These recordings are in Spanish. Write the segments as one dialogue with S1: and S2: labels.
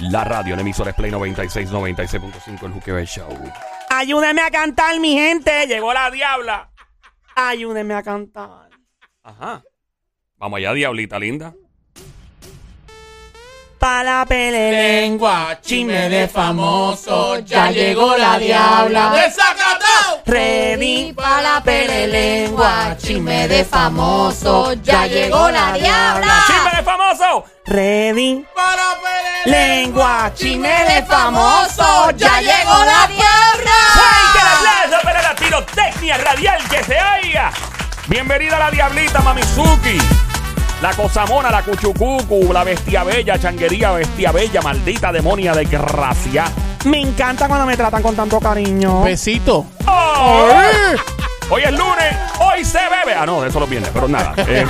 S1: La radio en emisores Play 96, 96.5, el Juqueo del Show.
S2: Ayúdenme a cantar, mi gente. Llegó la diabla. Ayúdenme a cantar.
S1: Ajá. Vamos allá, diablita linda.
S2: Pa' la pelele.
S3: Lengua, chisme de famoso, ya llegó la diabla. ¡Desacatado!
S2: Ready.
S4: pa' la pelelengua, chisme de famoso, ya llegó la diabla.
S1: ¡Chisme de famoso!
S2: Ready.
S3: Para pelear.
S2: Lengua.
S4: Chisme de famoso, ya llegó la
S1: ¡Fuerte
S4: diabla.
S1: el aplauso para la pirotecnia radial que se oiga! Bienvenida a la diablita, Mamizuki. La cosamona, la cuchucucu, la bestia bella, changuería, bestia bella, maldita demonia de gracia.
S2: Me encanta cuando me tratan con tanto cariño.
S3: Pues- Besito.
S1: ¡Oh! Hoy es lunes, hoy se bebe. Ah, no, de eso los viernes, pero nada. Eh,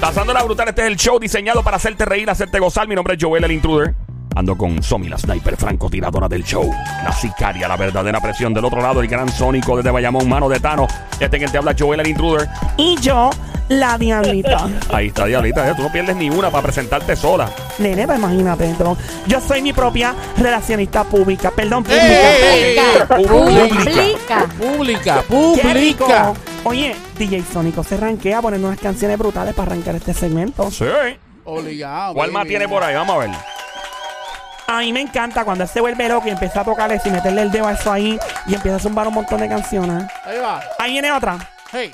S1: pasando la brutal, este es el show diseñado para hacerte reír, hacerte gozar. Mi nombre es Joel el Intruder. Ando con Somi, la sniper francotiradora del show. La sicaria, la verdadera presión del otro lado, el gran sónico desde Bayamón, mano de Tano. Este que te habla Joel el Intruder.
S2: Y yo, la diablita.
S1: Ahí está, diablita. eh, Tú no pierdes ni una para presentarte sola.
S2: Nene, pues imagínate, perdón. Yo soy mi propia relacionista pública. Perdón, pública.
S3: ¡Ey, ey, ey!
S4: Publica.
S3: Pública,
S2: ¡Qué rico!
S3: pública.
S2: Oye, DJ Sónico se ranquea poniendo unas canciones brutales para arrancar este segmento.
S1: Sí.
S3: Obligado.
S1: ¿Cuál más
S3: baby.
S1: tiene por ahí? Vamos a ver.
S2: A mí me encanta cuando él se vuelve loco y empieza a tocarle y meterle el dedo a eso ahí y empieza a zumbar un montón de canciones.
S3: Ahí va.
S2: Ahí viene otra.
S3: Hey.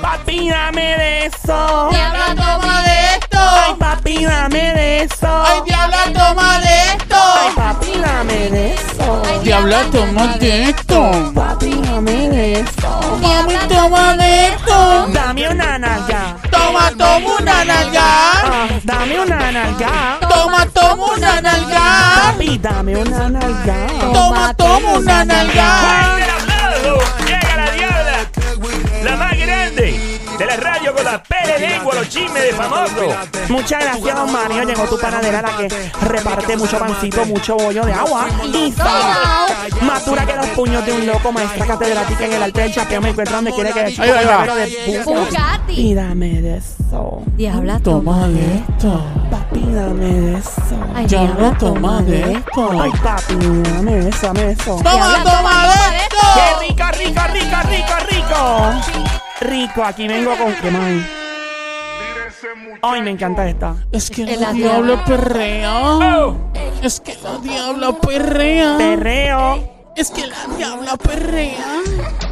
S2: Papíname de eso.
S4: Diabla toma de
S2: Ay,
S4: esto.
S2: papíname de eso.
S4: Ay, diabla toma de
S2: Ay,
S4: esto.
S2: papíname de eso.
S4: Ay,
S3: Diabla, toma de esto.
S2: Papíname de eso.
S4: Diabla toma de esto.
S2: Dame una nalga.
S4: Toma, toma una nalga.
S2: Ah, dame una nalga.
S4: Toma, toma una nalga.
S2: Papi, dame una nalga.
S4: Toma, toma una nalga.
S1: ¡Fuerte el aplauso! ¡Llega la diabla! ¡La más grande! De la radio con la pele lengua, los chismes de famoso.
S2: Muchas gracias, don Mario. Llegó tu panadera, la que reparte mucho pancito, mucho bollo de agua. Y soda. Más dura que los puños de un loco, maestra catedrática en el arte del chapeo. Me encuentro donde quiere que el chico
S3: Ahí va, ahí va.
S2: llavero de busca. Y dame de eso.
S4: Diabla
S3: Toma de esto.
S2: Papi, dame de eso.
S4: Ay,
S3: Diabla, toma de esto.
S2: Ay, papi, dame de eso, dame de eso.
S4: Toma, toma de
S2: ¡Qué
S4: esto.
S2: rico, rico, rico, rico, rico! Rico, aquí vengo con que más. Ay, me encanta esta.
S3: Es que
S4: El
S3: la diabla
S4: diabla.
S3: perrea.
S1: Oh.
S3: Es que la diabla perrea.
S2: Perreo.
S3: Es que la diabla perrea.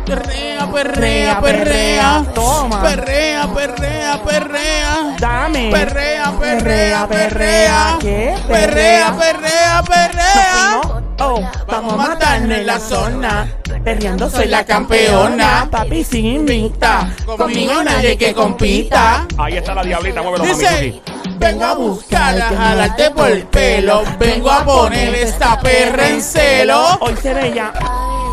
S3: Perrea, perrea,
S2: Perrea, perrea.
S3: perrea.
S2: Toma.
S3: Perrea, perrea, perrea.
S2: Dame.
S3: Perrea, perrea, perrea.
S2: ¿Qué?
S3: Perrea, perrea, perrea.
S2: Nos fuimos. Oh,
S3: Vamos a matarnos en la zona.
S2: Perreando
S3: Soy la campeona.
S2: Papi sin invita.
S3: Invita. Conmigo nadie que compita.
S1: Ahí está la diablita, muévelo, mami.
S3: Dice,
S1: Suki.
S3: vengo a buscarla, a jalarte por el pelo. Vengo a poner esta perra en celo.
S2: Hoy se ve ya.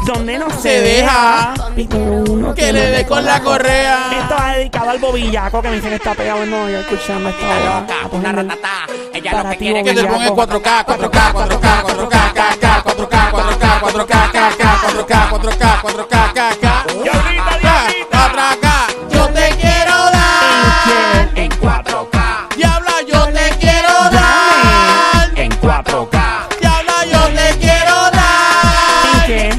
S2: Donde no
S3: Se deja
S2: Pico uno
S3: que le dé con la correa.
S2: Esto va dedicado al bobillaco que me dice que está pegado en Nueva York escuchando esta hora. Una ratata. Ella lo que quiere
S3: Que te ponga en 4K, 4K, 4K, 4K, 4K, 4K, 4K, 4K, 4K, 4K, 4K, 4K,
S1: Diablita, diablita.
S3: Yo te quiero dar.
S1: En 4K,
S3: Diabla, yo te quiero dar.
S1: en 4K,
S3: Diabla, yo te quiero dar.
S2: ¿Qué?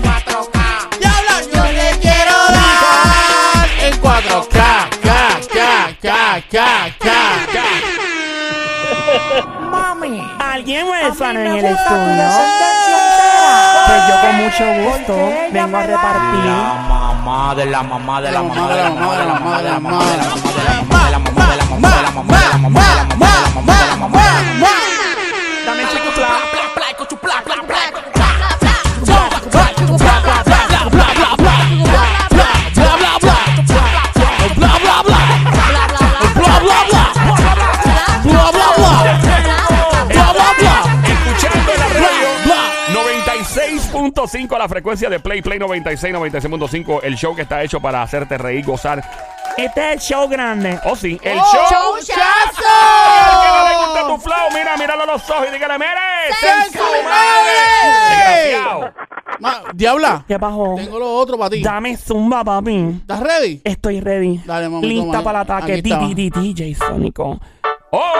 S3: Diabla, yo le quiero dar en 4K, K, K, K, K, K, K.
S2: ¿Alguien huérfano en el estudio? Pues yo con mucho gusto vengo a repartir.
S5: mamá de la mamá de la mamá de la mamá de la mamá de la mamá de la mamá de la mamá de la mamá de la mamá de la mamá de la mamá de la mamá de la mamá de la mamá
S2: Dame chico pla.
S1: escuchando la radio. 96.5 la frecuencia de Play Play 96, 96.5 el show que está hecho para hacerte reír, gozar.
S2: Este es el show grande.
S1: Oh sí, el show. que no le gusta tu
S3: ¡Showchazo!
S1: flow, mira, míralo a los ojos y dígale, mire,
S4: ¡Sen
S1: ¡sen
S3: su madre!
S1: Desgraciado.
S3: Ma, diabla,
S2: ¿Qué pasó?
S3: tengo lo otro para ti.
S2: Dame zumba, papi.
S3: ¿Estás ready?
S2: Estoy ready.
S3: Dale, mami,
S2: Lista
S3: toma,
S2: para el ataque.
S3: aquí está.
S2: Di, di, di, DJ Sónico.
S1: ¡Oh!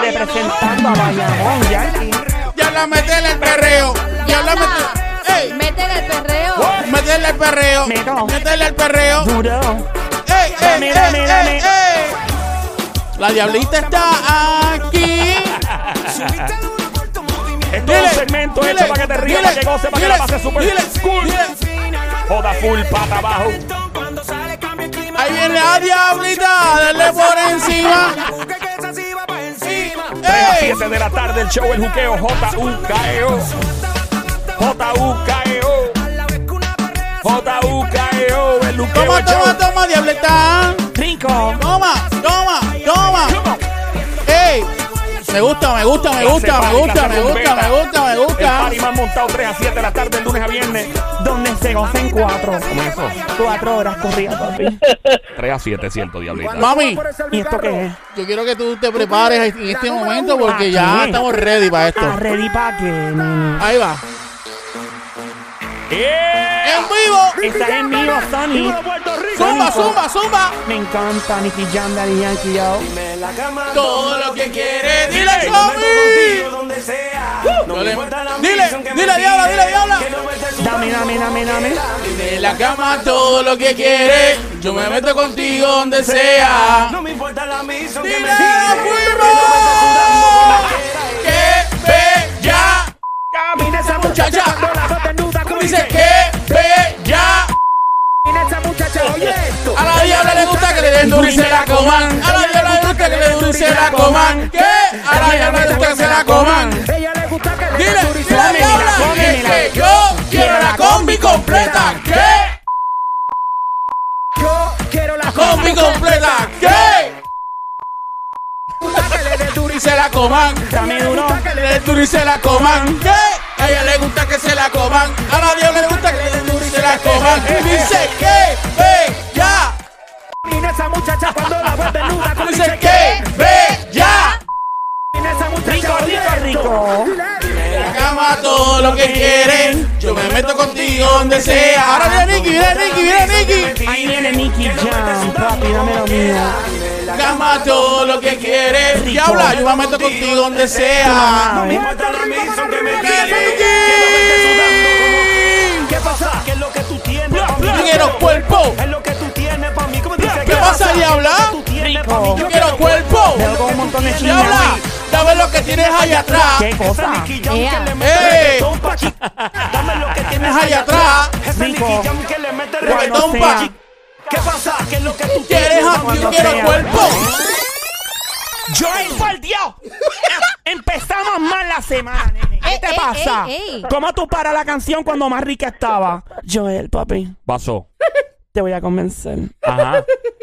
S2: Representando a Bayamón, Yankee.
S3: Diabla, métele el perreo. Diabla, métele. ¡Ey!
S4: Métele el perreo.
S3: Métele el perreo.
S2: Mero.
S3: Métele el perreo.
S2: Duro.
S3: ¡Ey, ey,
S2: Dame,
S3: ey,
S2: dame,
S3: ey,
S2: dame.
S3: eh. ey! La diablita está aquí.
S1: Esto es un segmento hecho para que te rías, para que goces, para que la pases super cool. Joda full, pata abajo.
S3: Ahí viene la diablita, dale por encima.
S1: Tres a
S3: ¡Ey!
S1: 7 de la tarde, el show El Juqueo, J-U-K-E-O. J-U-K-E-O. J-U-K-E-O, E el Juqueo
S3: Toma,
S1: el show.
S3: toma, toma, diableta.
S2: Rico.
S3: Toma, toma, toma.
S1: Come on.
S3: ¡Ey! Me gusta, me gusta, me gusta, me gusta, me gusta, me gusta, me
S1: El
S3: gusta.
S1: party más montado 3 a 7 de la tarde, el lunes a viernes.
S2: Donde se gocen cuatro. Cuatro horas corridas, papi.
S1: 3 a 7, cierto, diablita.
S3: Mami,
S2: ¿Y esto qué es?
S3: yo quiero que tú te prepares en este momento porque
S2: Aquí.
S3: ya estamos ready para
S2: Ah,
S3: esto.
S2: ready pa' qué, nene.
S3: Ahí va.
S1: ¡Eh!
S3: ¡En vivo!
S2: Estás en vivo, Sony.
S3: ¡Zumba, zumba, zumba!
S2: Me encanta Nicky Jam, Daddy Yankee, yo.
S3: Todo lo que quieres, dile, Tommy. No le- Dile, dile, diabla, dile, diabla.
S2: Dame, dame, dame, dame.
S3: De la cama todo lo que quieres. Yo me meto contigo donde sea. No me importa la misión que me ¡Qué bella!
S1: Camina esa
S3: muchacha.
S1: la bota nuda, como
S3: Dice que bella.
S2: esa muchacha, oye esto.
S3: A la diabla le gusta que le den duro y se la coman. A la diabla le gusta que le den duro y se la coman. ¿Qué? A la diabla le gusta que se la coman.
S2: Ella le gusta que
S3: Dile, dile a la diabla que, que yo quiero la combi completa. ¿Qué?
S2: Yo quiero la
S3: combi completa. ¿Qué? Y se la coman.
S2: Dame duro.
S3: Que le den duro y se la coman. ¿Qué? A ella le gusta que se la coman. A la diabla le gusta que le den duro y se la coman. Y dice que bella.
S2: Mira esa muchacha cuando la ves desnuda. como
S3: Dice que bella.
S2: Mira esa muchacha, rico, rico, rico.
S3: La cama todo lo que quieren. Yo me meto contigo donde sea. Ahora viene Nicky, viene Nicky, viene Nicky.
S2: Ahí viene Nicky Jam, papi, dame lo mío.
S3: La cama todo lo que quieren. Diabla, yo me meto contigo donde sea.
S2: Dame.
S3: ¿Qué pasa? ¿Qué es lo que tú tienes? Yo quiero cuerpo.
S6: Es lo que tú tienes para mí. ¿Cómo dices
S3: ¿Qué pasa, diabla?
S2: Rico.
S3: Yo quiero cuerpo.
S2: Veo con un montón de Este
S3: Diabla,
S2: chinas.
S3: dame lo que tienes allá atrás.
S2: ¿Qué cosa?
S6: que Jam
S4: Ea.
S6: que le mete
S3: ¡Eh!
S6: reggaetón pa' aquí? Dame lo que tienes
S3: Allá atrás.
S6: Ese
S2: Rico.
S6: Nicky Jam que le mete reggaetón.
S3: Reggaetón
S2: sea.
S3: pa' aquí.
S6: ¿Qué pasa? ¿Qué es lo que tú
S3: ¿Quieres
S6: tienes?
S3: a Yo
S2: Cuando
S3: quiero
S2: sea.
S3: cuerpo.
S2: Joel, por Dios. Empezamos mal la semana, nene. ¿Qué
S4: Ey,
S2: te
S4: ey,
S2: pasa?
S4: ey, ey.
S2: ¿Cómo tú paras la canción cuando más rica estaba? Joel, papi,
S1: Pasó.
S2: te voy a convencer.
S1: Ajá.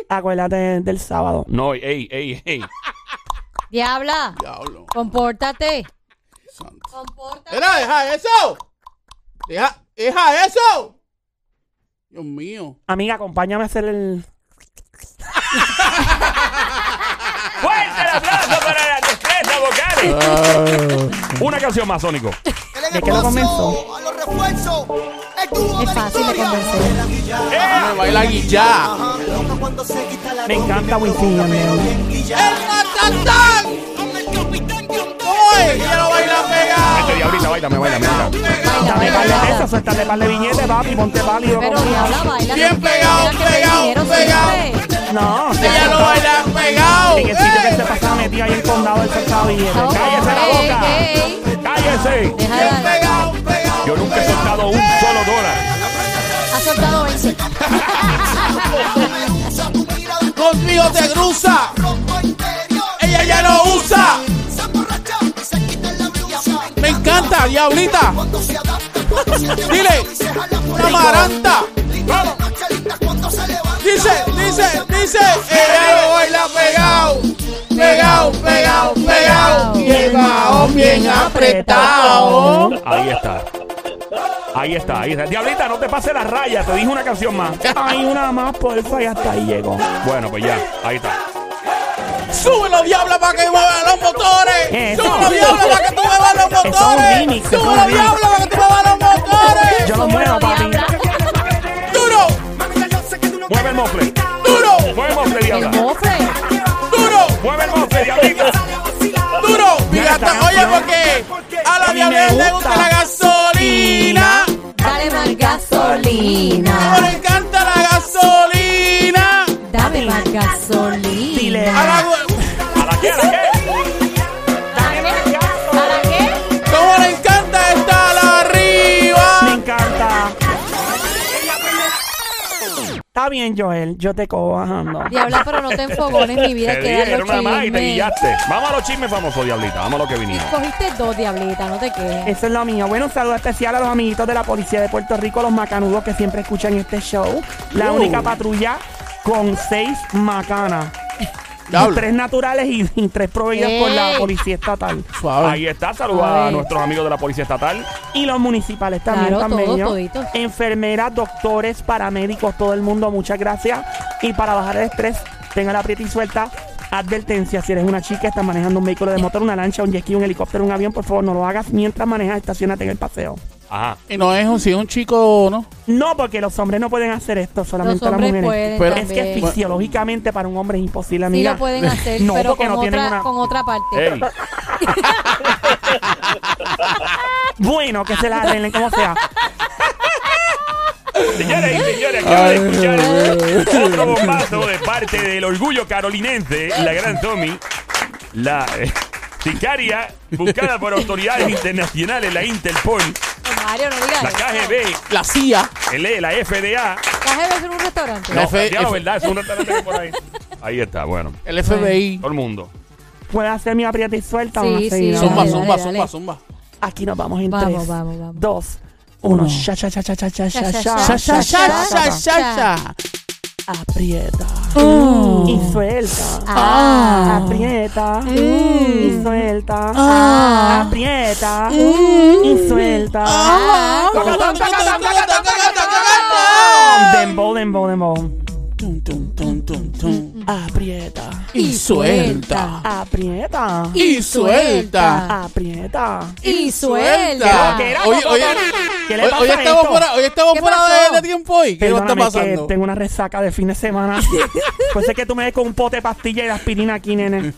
S2: Acuérdate del sábado.
S1: No, ey, ey, ey.
S4: Diabla,
S3: Diablo.
S4: compórtate.
S3: santo.
S4: Compórtate.
S3: Mira, deja eso. Deja, deja eso. Dios mío.
S2: Amiga, acompáñame a hacer el...
S1: ¡Fuerte el aplauso para la destreza vocales! Ah. Una canción más, Sónico. Este
S2: ¿De qué lo comenzó?
S4: Es fácil de convencer.
S3: Me baila guillá.
S2: Me encanta Wisin, amigo.
S3: ¡El matatán! ¿Cómo es? Quiero bailar pegado.
S1: Este diablita, bailame, bailame. bailame.
S4: Baila,
S2: Dame par de
S4: baila.
S2: pesos, suéltate par de billetes, papi, ponte pálido.
S4: Pero
S2: como-
S4: diabla, baila.
S3: Bien
S4: no te
S3: pegado,
S4: digas que te
S3: pegado,
S4: dijeron
S3: pegado.
S4: siempre.
S6: Este
S2: No,
S3: Ella lo baila pegado.
S2: En el sitio que se
S3: ¡Eh!
S2: pasaba metido ahí en condado, el soltado billete.
S4: Estamos-
S1: ¡Cállese la
S4: Ey,
S1: boca!
S4: ey, ey.
S1: ¡Cállese!
S4: Deja de
S3: Bien
S4: bailar.
S3: pegado, pegado.
S1: Yo nunca he soltado un solo dólar.
S4: Ha soltado 20.
S3: Conmigo te cruza. Ella ya lo usa. Me encanta, diablita. Dile, camaranta. Dice, dice, dice. Ella lo baila pegado. Pegado, pegado, pegado. Y el mahón bien apretado.
S1: Ahí está. Ahí está, ahí está. Diablita, no te pases la raya. Te dije una canción más.
S2: Hay una más, porfa, y hasta ahí llegó.
S1: Bueno, pues ya. Ahí está.
S3: Súbelo, diabla, para que muevan los motores.
S2: Eso.
S3: Súbelo, diabla, para que tú muevas los
S2: Eso es un
S3: motores.
S2: gimmick, eso es un
S3: Súbelo,
S2: gimmick.
S3: diabla, para que tú muevas los pares.
S2: Yo lo muevo, papi.
S3: Duro,
S1: Mueve el mofle.
S3: duro,
S1: Mueve el mofle,
S4: El
S1: diabla.
S4: mofle.
S3: duro,
S1: Mueve el mofle, diablita.
S3: duro.
S2: esta
S3: Fíjate, oye,
S2: canción.
S3: porque a la
S2: A mí
S3: diabla
S2: me
S3: le
S2: gusta.
S3: gusta la gasolina.
S4: Dale más gasolina.
S3: Ahora encanta la gasolina.
S4: Dame más gasolina.
S2: Dile.
S3: A la gu-
S1: ¿A la qué? ¿A la qué?
S4: Dame más gasolina. ¿Para qué?
S3: ¿Cómo le encanta estar
S2: Me
S3: arriba?
S2: encanta. Está bien, Joel. Yo te cojo bajando.
S4: Diabla, pero no te enfogones, mi vida.
S1: Te
S4: Hay que
S1: dije,
S4: dar
S1: era
S4: los
S1: una más y te
S4: chismes.
S1: guillaste. Vamos a los chismes famosos, diablita. Vamos a lo que
S4: Y
S1: vinimos.
S4: cogiste dos, diablita, no te quejes.
S2: Esa es la mía. Bueno, un saludo especial a los amiguitos de la Policía de Puerto Rico, los macanudos que siempre escuchan este show. La única patrulla con seis macanas.
S3: Diablo.
S2: Tres naturales y, y tres proveídas por la
S4: Ey.
S2: policía estatal.
S1: Ahí está, saluda a
S4: Ay.
S1: nuestros amigos de la Policía Estatal.
S2: Y los municipales también,
S4: Claro,
S2: también.
S4: todos,
S2: ¿no?
S4: toditos.
S2: Enfermeras, doctores, paramédicos, todo el mundo, muchas gracias. Y para bajar el estrés, tenga la aprieta y suelta. Advertencia, si eres una chica, estás manejando un vehículo de motor, una lancha, un jet ski, un helicóptero, un avión, por favor, no lo hagas mientras manejas, estacionate en el paseo.
S1: Ajá.
S3: Y no es un, si es un chico o no.
S2: No, porque los hombres no pueden hacer esto,
S4: Los
S2: solamente las
S4: hombres
S2: mujeres.
S4: pueden
S3: Pero-
S2: Es que
S4: también.
S2: fisiológicamente para un hombre es imposible,
S4: Sí
S2: amiga.
S4: lo pueden hacer,
S2: No,
S4: pero
S2: porque
S4: con,
S2: no tienen
S4: otra,
S2: una-
S4: con otra parte.
S1: Ey.
S2: Bueno, que se las arreglen como sea.
S1: Señores y señores, acaban de escuchar otro bombazo de parte del orgullo carolinense, la gran Tommy, la eh, sicaria buscada por autoridades internacionales, la Interpol,
S4: Mario, no digas
S1: la
S4: eso.
S1: KGB,
S3: La CIA.
S1: el- E, la FDA.
S4: KGB es en un restaurante.
S1: No,
S3: F-
S1: ya,
S3: F-
S1: ¿verdad? Es un restaurante que hay por ahí. Ahí está, bueno.
S3: El FBI.
S1: Todo el mundo.
S2: Puede hacer mi aprieta y suelta.
S4: Sí,
S2: vamos a
S4: sí,
S2: seguir
S4: dale,
S3: Zumba,
S2: adelante.
S4: dale,
S3: zumba,
S4: dale.
S3: zumba, zumba.
S2: Aquí nos vamos en
S4: Vamos,
S2: tres,
S4: vamos, vamos.
S2: dos, uno. Sha, sha, sha, sha, sha, sha, sha,
S4: Sha,
S2: sha,
S4: sha,
S2: sha, sha, sha, sha.
S3: sha.
S2: Aprieta
S3: Mm.
S2: y suelta.
S4: Ah.
S2: Ah.
S3: Ah.
S2: Aprieta y suelta.
S3: Ah.
S2: Aprieta
S3: Mm.
S2: y suelta.
S3: Ah. Tacatán, tacatán, tacatán, tacatán, tacatán.
S2: Dembow, dembow, dembow.
S3: Tum, tum, tum, tum, tum.
S2: Aprieta,
S3: Y suelta.
S2: aprieta,
S3: Y suelta.
S2: aprieta.
S4: Y suelta.
S2: ¿Qué era?
S3: Oye, oye.
S2: ¿Qué le
S3: Hoy,
S2: pasa
S3: hoy
S2: a
S3: estamos
S2: esto?
S3: fuera, hoy estamos
S4: ¿Qué
S3: fuera
S4: pasó?
S3: de, de tiempo hoy. ¿Qué va a estar
S2: Perdóname que
S3: pasando?
S2: tengo una resaca de fin de semana. pues es que tú me ves con un pote de pastilla y de aspirina aquí, nene.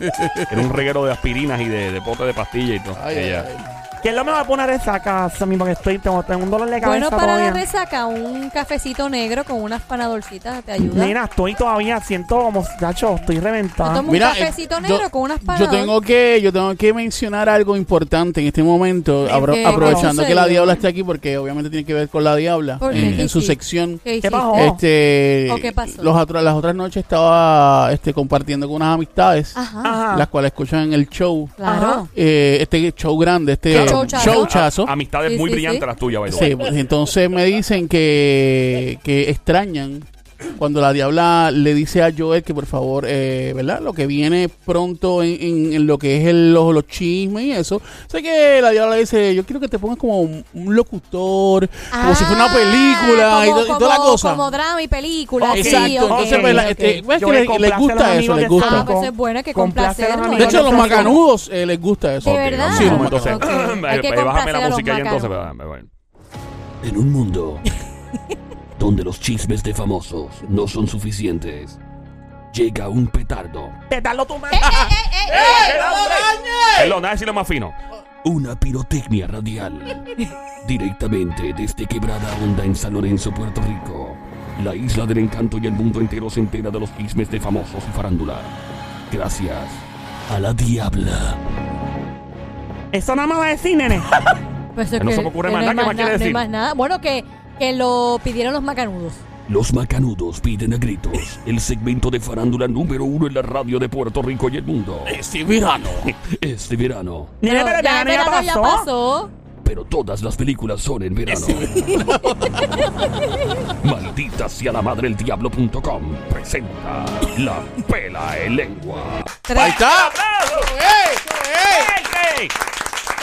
S1: Era un reguero de aspirinas y de, de pote de pastilla y todo.
S3: Ay, ay,
S1: Ella.
S3: ay.
S2: ¿Quién es lo que me va a poner resaca, Sammy? Porque estoy, tengo, tengo un dolor de cabeza
S4: Bueno, para
S2: todavía.
S4: la resaca, un cafecito negro con unas panadolcitas te ayuda.
S2: Nena, estoy todavía, siento como, chacho, estoy
S4: Yo
S2: reventada.
S4: tomo un cafecito
S3: eh,
S4: negro
S3: yo-
S4: con unas
S3: yo
S4: panadas.
S3: tengo que yo tengo que mencionar algo importante en este momento, abro-
S4: ¿Qué
S3: aprovechando que la
S4: sucedió?
S3: diabla está aquí porque obviamente tiene que ver con la diabla
S4: ¿Por qué?
S3: en,
S4: ¿Qué
S3: en su
S4: hiciste?
S3: sección.
S4: ¿Qué hiciste?
S2: pasó?
S3: Este,
S4: Oh. ¿O qué pasó?
S3: Los otro- las otras noches estaba este, compartiendo con unas amistades,
S4: Ajá,
S2: Ajá.
S3: las cuales escuchan en el show,
S4: claro.
S3: eh, este show grande, este
S4: Show chazo.
S3: showchazo.
S1: A- Amistades
S4: Sí,
S1: muy
S4: sí,
S1: brillantes
S4: sí.
S1: las tuyas, by the way.
S3: Sí, pues, entonces me dicen que, que extrañan cuando la diabla le dice a Joel que por favor, eh, ¿verdad? Lo que viene pronto en, en- en lo que es el- los, los chismes y eso. Sé que la diabla dice, yo quiero que te pongas como un un locutor, como si fuera una película
S4: Ah,
S3: y,
S4: como-
S3: to- y toda la
S4: como-
S3: cosa.
S4: Como drama y película.
S2: Ok,
S4: Ah, sí,
S3: Exacto,
S4: ok,
S3: entonces pues, la-
S4: ok.
S3: este, pues,
S2: Yo
S3: que
S2: le
S3: le-
S2: complace
S3: les
S2: a los
S3: gusta eso,
S2: amigos
S3: les
S2: de
S3: gusta.
S4: Ah, pues es bueno, hay que
S2: Complace a los
S4: complacerlo.
S2: amigos
S3: de hecho,
S2: de
S3: los
S2: Puerto Rico.
S3: macanudos eh, les gusta eso.
S4: De
S1: Ok,
S4: verdad.
S1: Sí,
S3: los
S1: entonces,
S4: Ok, hay que
S1: bájame
S4: complacer a
S1: la
S4: los
S1: música y entonces.
S4: macanos.
S1: va, va, va.
S7: En un mundo donde los chismes de famosos no son suficientes, llega un petardo,
S2: Te darlo tu mano.
S1: Perdón, nada de decirlo más fino.
S7: una pirotecnia radial, directamente desde Quebrada Onda en San Lorenzo, Puerto Rico. La isla del encanto y el mundo entero se entera de los chismes de famosos y farándula. Gracias a la diabla.
S2: Eso nada más va a decir, nene.
S4: Pues es
S1: No se me ocurre más
S4: no hay
S1: nada, ¿qué más
S4: na-
S1: quiere
S4: no hay
S1: decir?
S4: más nada. Bueno, que, que lo pidieron los macanudos.
S7: Los macanudos piden a gritos el segmento de farándula número uno en la radio de Puerto Rico y el mundo.
S3: Este verano.
S7: Este verano.
S2: Nene,
S4: Pero
S2: pero
S4: ya
S2: ya,
S4: el
S2: nene, ya
S4: verano ya
S2: pasó.
S4: pasó.
S7: pero todas las películas son en verano.
S1: Este
S7: Maldita sea la madre el diablo.com presenta La Pela en Lengua.
S4: Tres,
S3: Ahí está.
S1: ¡Aplausos!
S3: ¡Ey! ¡Ey!
S1: ¡Ey, ey!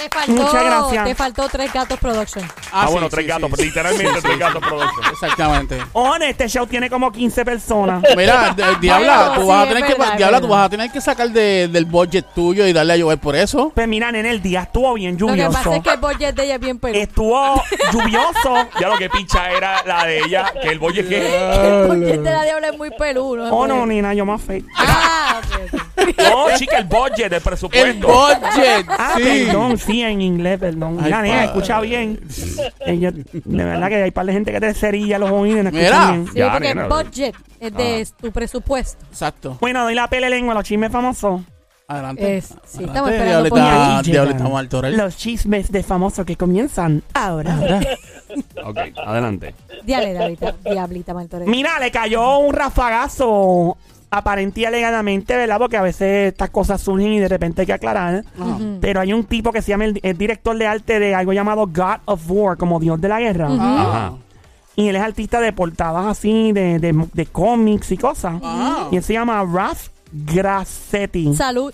S4: Te faltó,
S2: Muchas gracias.
S4: Te faltó Tres Gatos Production.
S1: Ah,
S3: sí,
S1: bueno,
S3: sí,
S1: tres
S3: sí,
S1: gatos,
S3: sí.
S1: literalmente tres gatos production.
S3: Exactamente.
S2: One, este show tiene como 15 personas.
S3: Mira, de- Diabla,
S4: Bueno,
S3: tú
S4: sí,
S3: vas a
S4: es
S3: tener que
S4: verdad, es
S3: Diabla, tú
S4: verdad.
S3: vas a tener que sacar de- del budget tuyo y darle a llover por eso.
S2: Pues mira, nene, el día estuvo bien
S4: Lo que
S2: lluvioso.
S4: pasa es que el budget de ella es bien peludo.
S2: Estuvo lluvioso.
S1: Ya lo que picha era la de ella, que el boye que.
S4: El budget de la diabla es muy peludo. No se
S2: Eh. Oh, no,
S4: puede.
S2: nena, yo más fake.
S4: Ah, ok, ok.
S1: No, chica, el budget del
S3: El
S1: presupuesto.
S3: budget.
S2: Ah,
S3: sí.
S2: perdón, sí, en inglés, perdón.
S3: Ay,
S2: Mira, nena,
S3: padre.
S2: escucha bien. Eh, yo- de verdad que hay par de gente que te cerilla los oídos. No escuchan
S3: Mira.
S2: bien.
S4: Sí,
S1: Ya,
S4: porque
S1: nena. Ah.
S4: el budget es de tu presupuesto.
S3: Exacto.
S2: Bueno, doy la pele lengua a los chismes famosos.
S3: Adelante.
S4: Es- sí,
S3: Adelante,
S4: estamos esperando
S3: Diabla
S4: por
S3: está-
S2: ahí.
S3: Diabla
S2: Llegan.
S3: está mal, Torel.
S2: Los chismes de famosos que comienzan ahora.
S1: Ok, adelante.
S4: Dale, Diablita, Diablita Martorell.
S2: Mira, le cayó un rafagazo. Aparentía legalmente, ¿verdad? Porque a veces estas cosas surgen y de repente hay que aclarar. Pero hay un tipo que se llama el, el director de arte de algo llamado God of War, como Dios de la Guerra.
S1: Ajá.
S2: Y él es artista de portadas así, de, de- de cómics y cosas.
S3: Ah.
S2: Y él se llama Raf Grassetti.
S4: Salud.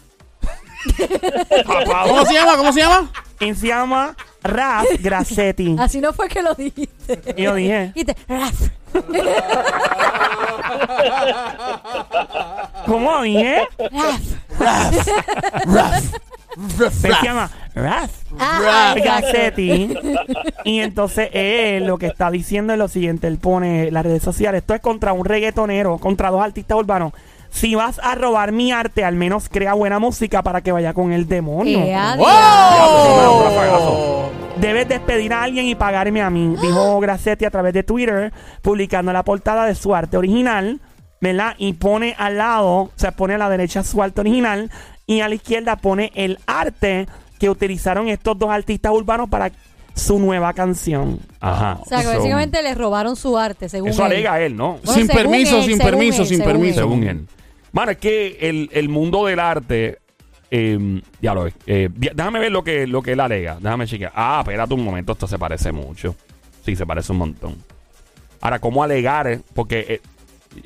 S1: Tapado.
S3: ¿Cómo se llama? ¿Cómo se llama?
S2: Él se llama Raf Grassetti.
S4: Así no fue que lo dijiste.
S2: y yo dije,
S4: Dijiste, "Raf".
S2: ¿cómo dije?
S3: Ruff. Ruff.
S2: Él se llama Raf
S4: Ah, exacto.
S2: Gassetti. y entonces él lo que está diciendo es lo siguiente, él pone en las redes sociales, esto es contra un reggaetonero, contra dos artistas urbanos. Si vas a robar mi arte, al menos crea buena música para que vaya con el demonio.
S4: Eh, adiós.
S3: ¡Wow!
S2: Debes despedir a alguien y pagarme a mí, dijo Grassetti a través de Twitter, publicando la portada de su arte original, ¿verdad? Y pone al lado, o sea, pone a la derecha su arte original y a la izquierda pone el arte que utilizaron estos dos artistas urbanos para su nueva canción.
S1: Ajá.
S4: O sea, que
S1: Eso-
S4: básicamente le robaron su arte, según
S1: Eso
S4: él.
S1: alega él, ¿no?
S4: Bueno,
S3: Sin
S4: según
S3: permiso,
S4: él,
S3: sin
S4: según
S3: permiso,
S4: él,
S3: sin
S4: según
S3: permiso.
S4: él.
S1: Según él. Mano, es que el, el mundo del arte. Eh, ya lo ves. Eh, di- déjame ver lo que, lo que él alega. Déjame chequear. Ah, espérate un momento. Esto se parece mucho. Sí, se parece un montón. Ahora, ¿cómo alegar? eh? Porque eh,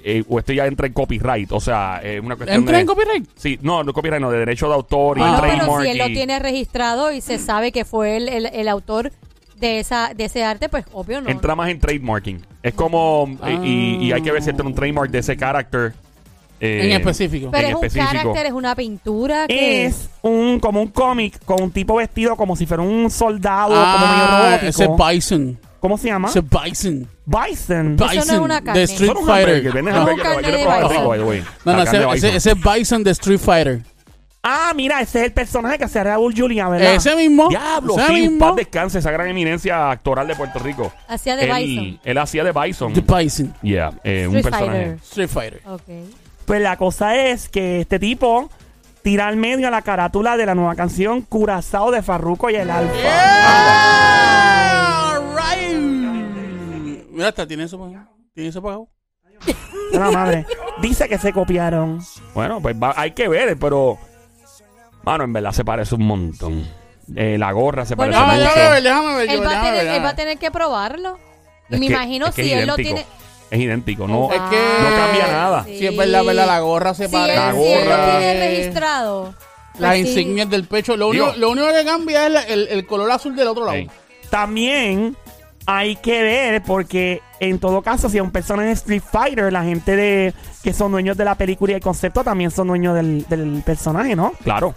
S1: eh, o esto ya entra en copyright. O sea, es una cuestión
S3: ¿Entra
S1: de-
S3: en copyright?
S1: Sí, no, no copyright, no. De derecho de autor y
S3: Ah.
S4: No, pero
S1: trademark.
S4: si él lo
S1: y-
S4: tiene registrado y se sabe que fue él el, el autor de esa de ese arte, pues obvio no.
S1: Entra más en trademarking. Es como. eh, y, y hay que ver si entra un trademark de ese carácter. eh,
S3: En específico.
S4: pero
S1: en
S4: es un
S1: específico.
S4: carácter, es una pintura que
S2: Es un como un cómic con un tipo vestido como si fuera un soldado, Oh, como medio
S3: Ah, ese
S2: robótico. Ah.
S3: Bison.
S2: ¿Cómo se llama?
S3: Ese Bison.
S2: Bison.
S4: no es
S3: Bison.
S4: una
S3: de
S4: carne.
S3: Street
S1: Son un hamburger,
S3: Fighter. Ah.
S1: vienes
S4: No,
S1: hamburger,
S4: carne
S1: yo le
S4: de
S1: probaba
S4: bison.
S1: rico, by the way.
S3: No, no,
S1: La carne de
S3: ese,
S1: bison.
S3: ese, ese Bison de Street Fighter.
S2: Ah, mira, ese es el personaje que hace Raúl Julia, ¿verdad?
S3: Ese mismo.
S1: Diablo,
S3: ese
S1: sí,
S3: mismo.
S1: paz descanse, esa gran eminencia actoral de Puerto Rico.
S4: hacía de
S1: él,
S4: Bison.
S1: Él hacía de Bison.
S3: The Bison.
S1: Yeah, eh, un
S4: Street
S1: personaje.
S4: Fighter.
S3: Street Fighter.
S4: Ok.
S2: Pues la cosa es que este tipo tira al medio a la carátula de la nueva canción Curazao de Farruko y el Alfa.
S3: Alright. Mira, hasta tiene eso pagado. Tiene eso pagado.
S2: La madre. Dice que se copiaron.
S1: Bueno, pues va- hay que ver, pero. Mano, en verdad se parece un montón. Eh, la gorra se
S4: Bueno,
S1: parece
S3: Déjame,
S4: Ah,
S1: mucho.
S3: déjame ver, déjame
S1: Pues
S3: ver.
S4: Él
S3: yo,
S4: va, a
S3: déjame
S4: tener,
S3: ver,
S4: él va a
S3: déjame
S4: tener que probarlo.
S1: Es
S4: Me
S1: que-
S4: imagino
S1: es que
S4: si
S1: es
S4: él lo
S1: idéntico.
S4: tiene
S1: Es idéntico, no.
S3: Es que-
S1: No cambia nada.
S3: ver. Sí, es verdad, verdad, la gorra se
S4: Si él,
S3: parece.
S1: La
S4: si él lo
S1: gorra.
S4: tiene registrado.
S3: Las
S4: pues sí.
S3: insignias del pecho. Lo único,
S1: Digo.
S3: lo único que cambia es la- el, el color azul del otro lado.
S1: Ey.
S2: También hay que ver, porque en todo caso, si es un personaje de Street Fighter, la gente de que son dueños de la película y el concepto también son dueños del, del personaje, ¿no?
S1: Claro.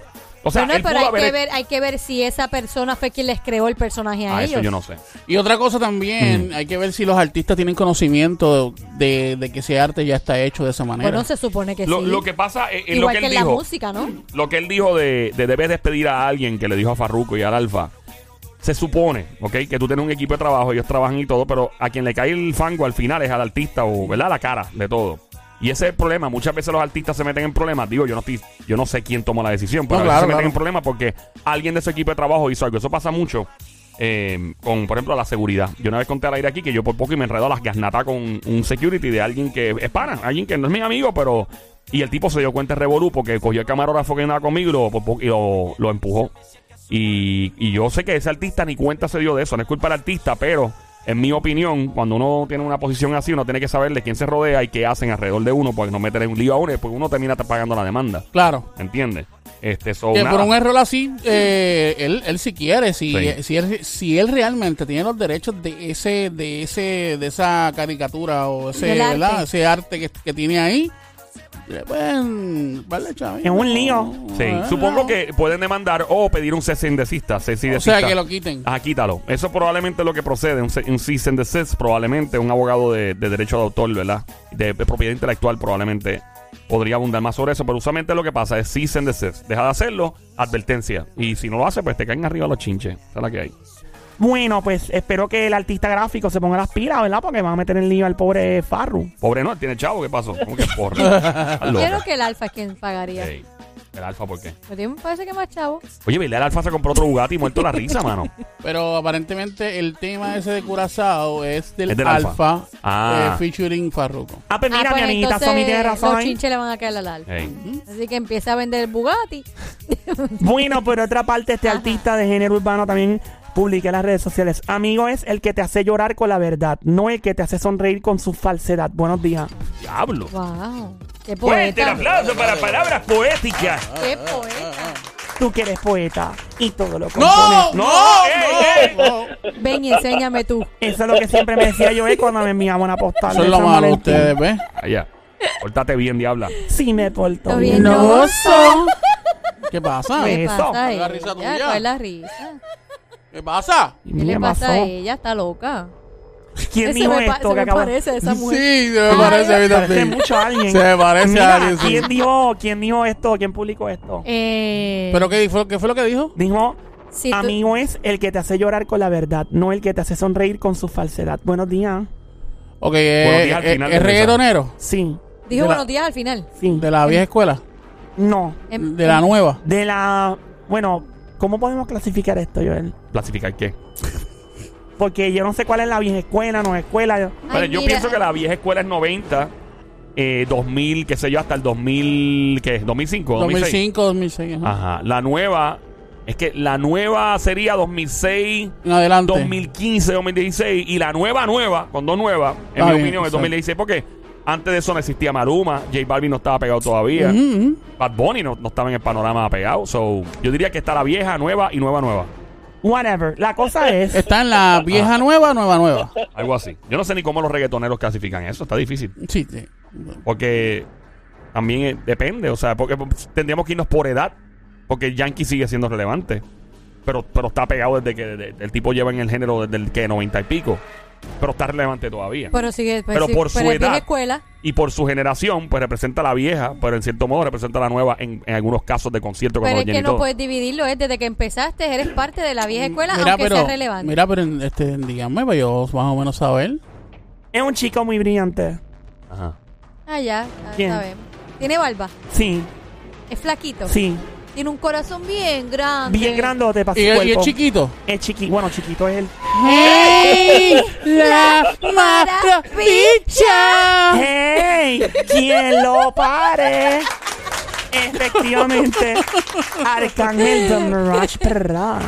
S1: O sea,
S4: Bueno,
S1: él
S4: pero
S1: pudo
S4: hay que,
S1: haber.
S4: ver, hay que ver si esa persona fue quien les creó el personaje a
S1: Ah,
S4: ellos.
S1: eso yo no sé.
S3: Y otra cosa
S1: Mm.
S3: también, hay que ver si los artistas tienen conocimiento de, de que ese arte ya está hecho de esa manera.
S4: Bueno, se supone que
S1: Lo,
S4: sí.
S1: lo que pasa es, es lo
S4: Igual
S1: que
S4: que,
S1: él
S4: en la
S1: dijo.
S4: música, ¿no?
S1: lo que él dijo de, de debes despedir a alguien que le dijo a Farruko y al Alfa. Se supone, ¿ok? Que tú tienes un equipo de trabajo, ellos trabajan y todo, pero a quien le cae el fango al final es al artista o, ¿verdad? La cara de todo. Y ese es el problema. Muchas veces los artistas se meten en problemas. Digo, yo no estoy, yo no sé quién tomó la decisión, pero
S3: No,
S1: a veces
S3: claro,
S1: se meten
S3: claro.
S1: en problemas porque alguien de su equipo de trabajo hizo algo. Eso pasa mucho eh, con, por ejemplo, la seguridad. Yo una vez conté al aire aquí que yo por poco y me enredo a las gasnatas con un security de alguien que es pana, alguien que no es mi amigo, pero. Y el tipo se dio cuenta de Revolú porque cogió el camarógrafo que andaba conmigo y lo, por poco- y lo, lo empujó. Y, y yo sé que ese artista ni cuenta se dio de eso. No es culpa del artista, pero en mi opinión, cuando uno tiene una posición así, uno tiene que saber de quién se rodea y qué hacen alrededor de uno, porque no meter en un lío a uno y después uno termina pagando la demanda.
S3: Claro.
S1: ¿Entiendes? Este, so,
S3: Que
S1: nada.
S3: por un error así, eh, él, él si quiere, si,
S1: Sí.
S3: si, él, si él realmente tiene los derechos de ese, de ese, de esa caricatura o ese,
S4: Del arte.
S3: ¿verdad? ese arte que, que tiene ahí, dile, pues, vale, chaval.
S2: Es un lío.
S1: Sí,
S3: Ah,
S1: supongo
S3: no.
S1: que pueden demandar o pedir un cese and desista, cease y
S3: O sea,
S1: desista.
S3: que lo quiten.
S1: Ah, quítalo. Eso probablemente es lo que procede, un, ce- un cease and desist, probablemente un abogado de, de derecho de autor, ¿verdad? De, de propiedad intelectual probablemente podría abundar más sobre eso, pero usualmente lo que pasa es cease and desist. Deja de hacerlo, advertencia. Y si no lo hace, pues te caen arriba los chinches. Esa es la que hay.
S2: Bueno, pues espero que el artista gráfico se ponga las pilas, ¿verdad? Porque van a meter en lío al pobre Farru.
S1: Pobre no, él tiene chavo, ¿qué pasó? ¿Cómo que porra? Estás loca.
S4: Quiero que el alfa es quien pagaría.
S1: Ey, el alfa, ¿por qué?
S4: Pero me parece que más chavo.
S1: Oye, ¿verdad? El alfa se compró otro Bugatti y muerto la risa, mano.
S3: Pero aparentemente el tema ese de Curazao es del,
S1: Es del
S3: Alfa,
S1: Alfa. Ah.
S3: eh, featuring Farruko.
S2: Ah, pues mira,
S4: Ah, pues
S2: mi amiguita
S4: entonces
S2: Somi tiene razón.
S4: Los chinches le van a caer al alfa.
S1: Ey.
S4: Así que empieza a vender el Bugatti.
S2: Bueno, por otra parte, este artista de género urbano también publica en las redes sociales. Amigo es el que te hace llorar con la verdad, no el que te hace sonreír con su falsedad. Buenos días.
S1: Diablo.
S4: Wow. Qué
S1: Fuerte el
S4: poeta.
S1: aplauso para palabras poéticas.
S4: Qué poeta.
S2: Tú que eres poeta y todo lo
S3: ¡No!
S2: compones.
S3: ¡No!
S1: ey,
S3: ¡No!
S4: Ven y enséñame tú.
S2: Eso es lo que siempre me decía yo eh, cuando me enviaban a postal.
S3: Eso
S2: de
S3: es lo
S2: San
S3: malo de
S2: Valentín.
S3: ustedes, ¿ves?
S1: Allá. Pórtate bien, diabla.
S2: Sí me porto
S4: Lo
S2: bien.
S4: bien. No.
S3: ¿Qué pasa?
S2: ¿Qué
S4: ¿Qué
S2: Eso.
S4: pasa a
S3: La
S4: ella?
S3: risa tuya.
S4: ¿Cuál es la risa?
S3: ¿Qué pasa?
S2: Y
S4: ¿Qué le
S2: me
S4: pasa a
S2: amasó.
S4: ella? Está loca.
S2: ¿Quién
S4: Ese
S2: dijo
S4: me pa-
S2: esto?
S4: se
S2: que
S4: me
S2: acaba-
S4: parece a esa mujer.
S3: Sí, se me parece a mí
S2: Parece
S3: también.
S2: mucho a alguien.
S3: Se me parece
S2: Mira,
S3: a alguien. sí.
S2: ¿quién dijo, ¿Quién dijo esto? ¿Quién publicó esto?
S4: Eh,
S3: ¿Pero qué fue, qué fue lo que dijo?
S2: Dijo,
S4: si tú-
S2: amigo es el que te hace llorar con la verdad, no el que te hace sonreír con su falsedad. Buenos días.
S1: Buenos
S3: Ok, eh,
S1: días, al
S3: eh,
S1: final
S3: ¿es
S1: del
S3: reggaetonero?
S2: Sí,
S4: dijo
S3: de la-
S4: buenos días al final.
S2: sí.
S3: ¿De la vieja escuela?
S2: No.
S4: Em-
S3: ¿De la nueva?
S2: De la... Bueno, ¿cómo podemos clasificar esto, Joel?
S1: ¿Clasificar qué?
S2: Porque yo no sé cuál es la vieja escuela, no es escuela. yo-
S4: Ay,
S1: Vale, yo
S4: mira,
S1: pienso que la vieja escuela es 90, eh, 2000, qué sé yo, hasta el 2000, ¿qué? es? 2005, 2006.
S3: 2005, 2006. ajá.
S1: Ajá. La nueva, es que la nueva sería 2006,
S3: En adelante.
S1: 2015, 2016 y la nueva nueva, con dos nuevas, en
S3: Ah,
S1: mi
S3: bien,
S1: opinión, es
S3: exacto.
S1: 2016 porque antes de eso no existía Maluma, J Balvin no estaba pegado todavía.
S3: Ujú, ujú.
S1: Bad Bunny no, no estaba en el panorama pegado. So, yo diría que está la vieja, nueva y nueva, nueva.
S2: Whatever. La cosa es...
S3: Está en la
S1: Ah.
S3: vieja nueva, nueva nueva.
S1: Algo así. Yo no sé ni cómo los reggaetoneros clasifican eso. Está difícil.
S3: Sí, sí.
S1: Porque también eh, depende. O sea, porque tendríamos que irnos por edad. Porque Yankee sigue siendo relevante. Pero, pero está pegado desde que de- el tipo lleva en el género desde el que 90 y pico. Pero está relevante todavía.
S4: Pero sigue. pues,
S1: Pero
S4: sí,
S1: por su
S4: es vieja
S1: edad.
S4: escuela.
S1: y por su generación, pues representa a la vieja, pero en cierto modo representa a la nueva en, en algunos casos de conciertos
S4: Pero
S1: cuando
S4: es
S1: lo llena
S4: que
S1: y
S4: no
S1: todo.
S4: puedes dividirlo. Es desde que empezaste, eres parte de la vieja escuela, aunque sea relevante.
S3: mira, Mm, pero este, díganme, para yo más o menos saber.
S2: Es un chico muy brillante.
S1: Ajá.
S4: Ah, ya. ya
S2: ¿Quién?
S4: sabemos. Tiene barba.
S2: Sí,
S4: Es flaquito.
S2: sí.
S4: Tiene un corazón bien grande.
S2: Bien grandote para su
S3: ¿Y, el- y
S2: cuerpo.
S3: es chiquito?
S2: Es chiqui... Bueno, chiquito es el...
S3: ¡Hey! ¡La
S4: maravilla!
S2: ¡Hey! ¡Quien lo pare! Efectivamente, Arcángel de Mirage Perra.
S4: A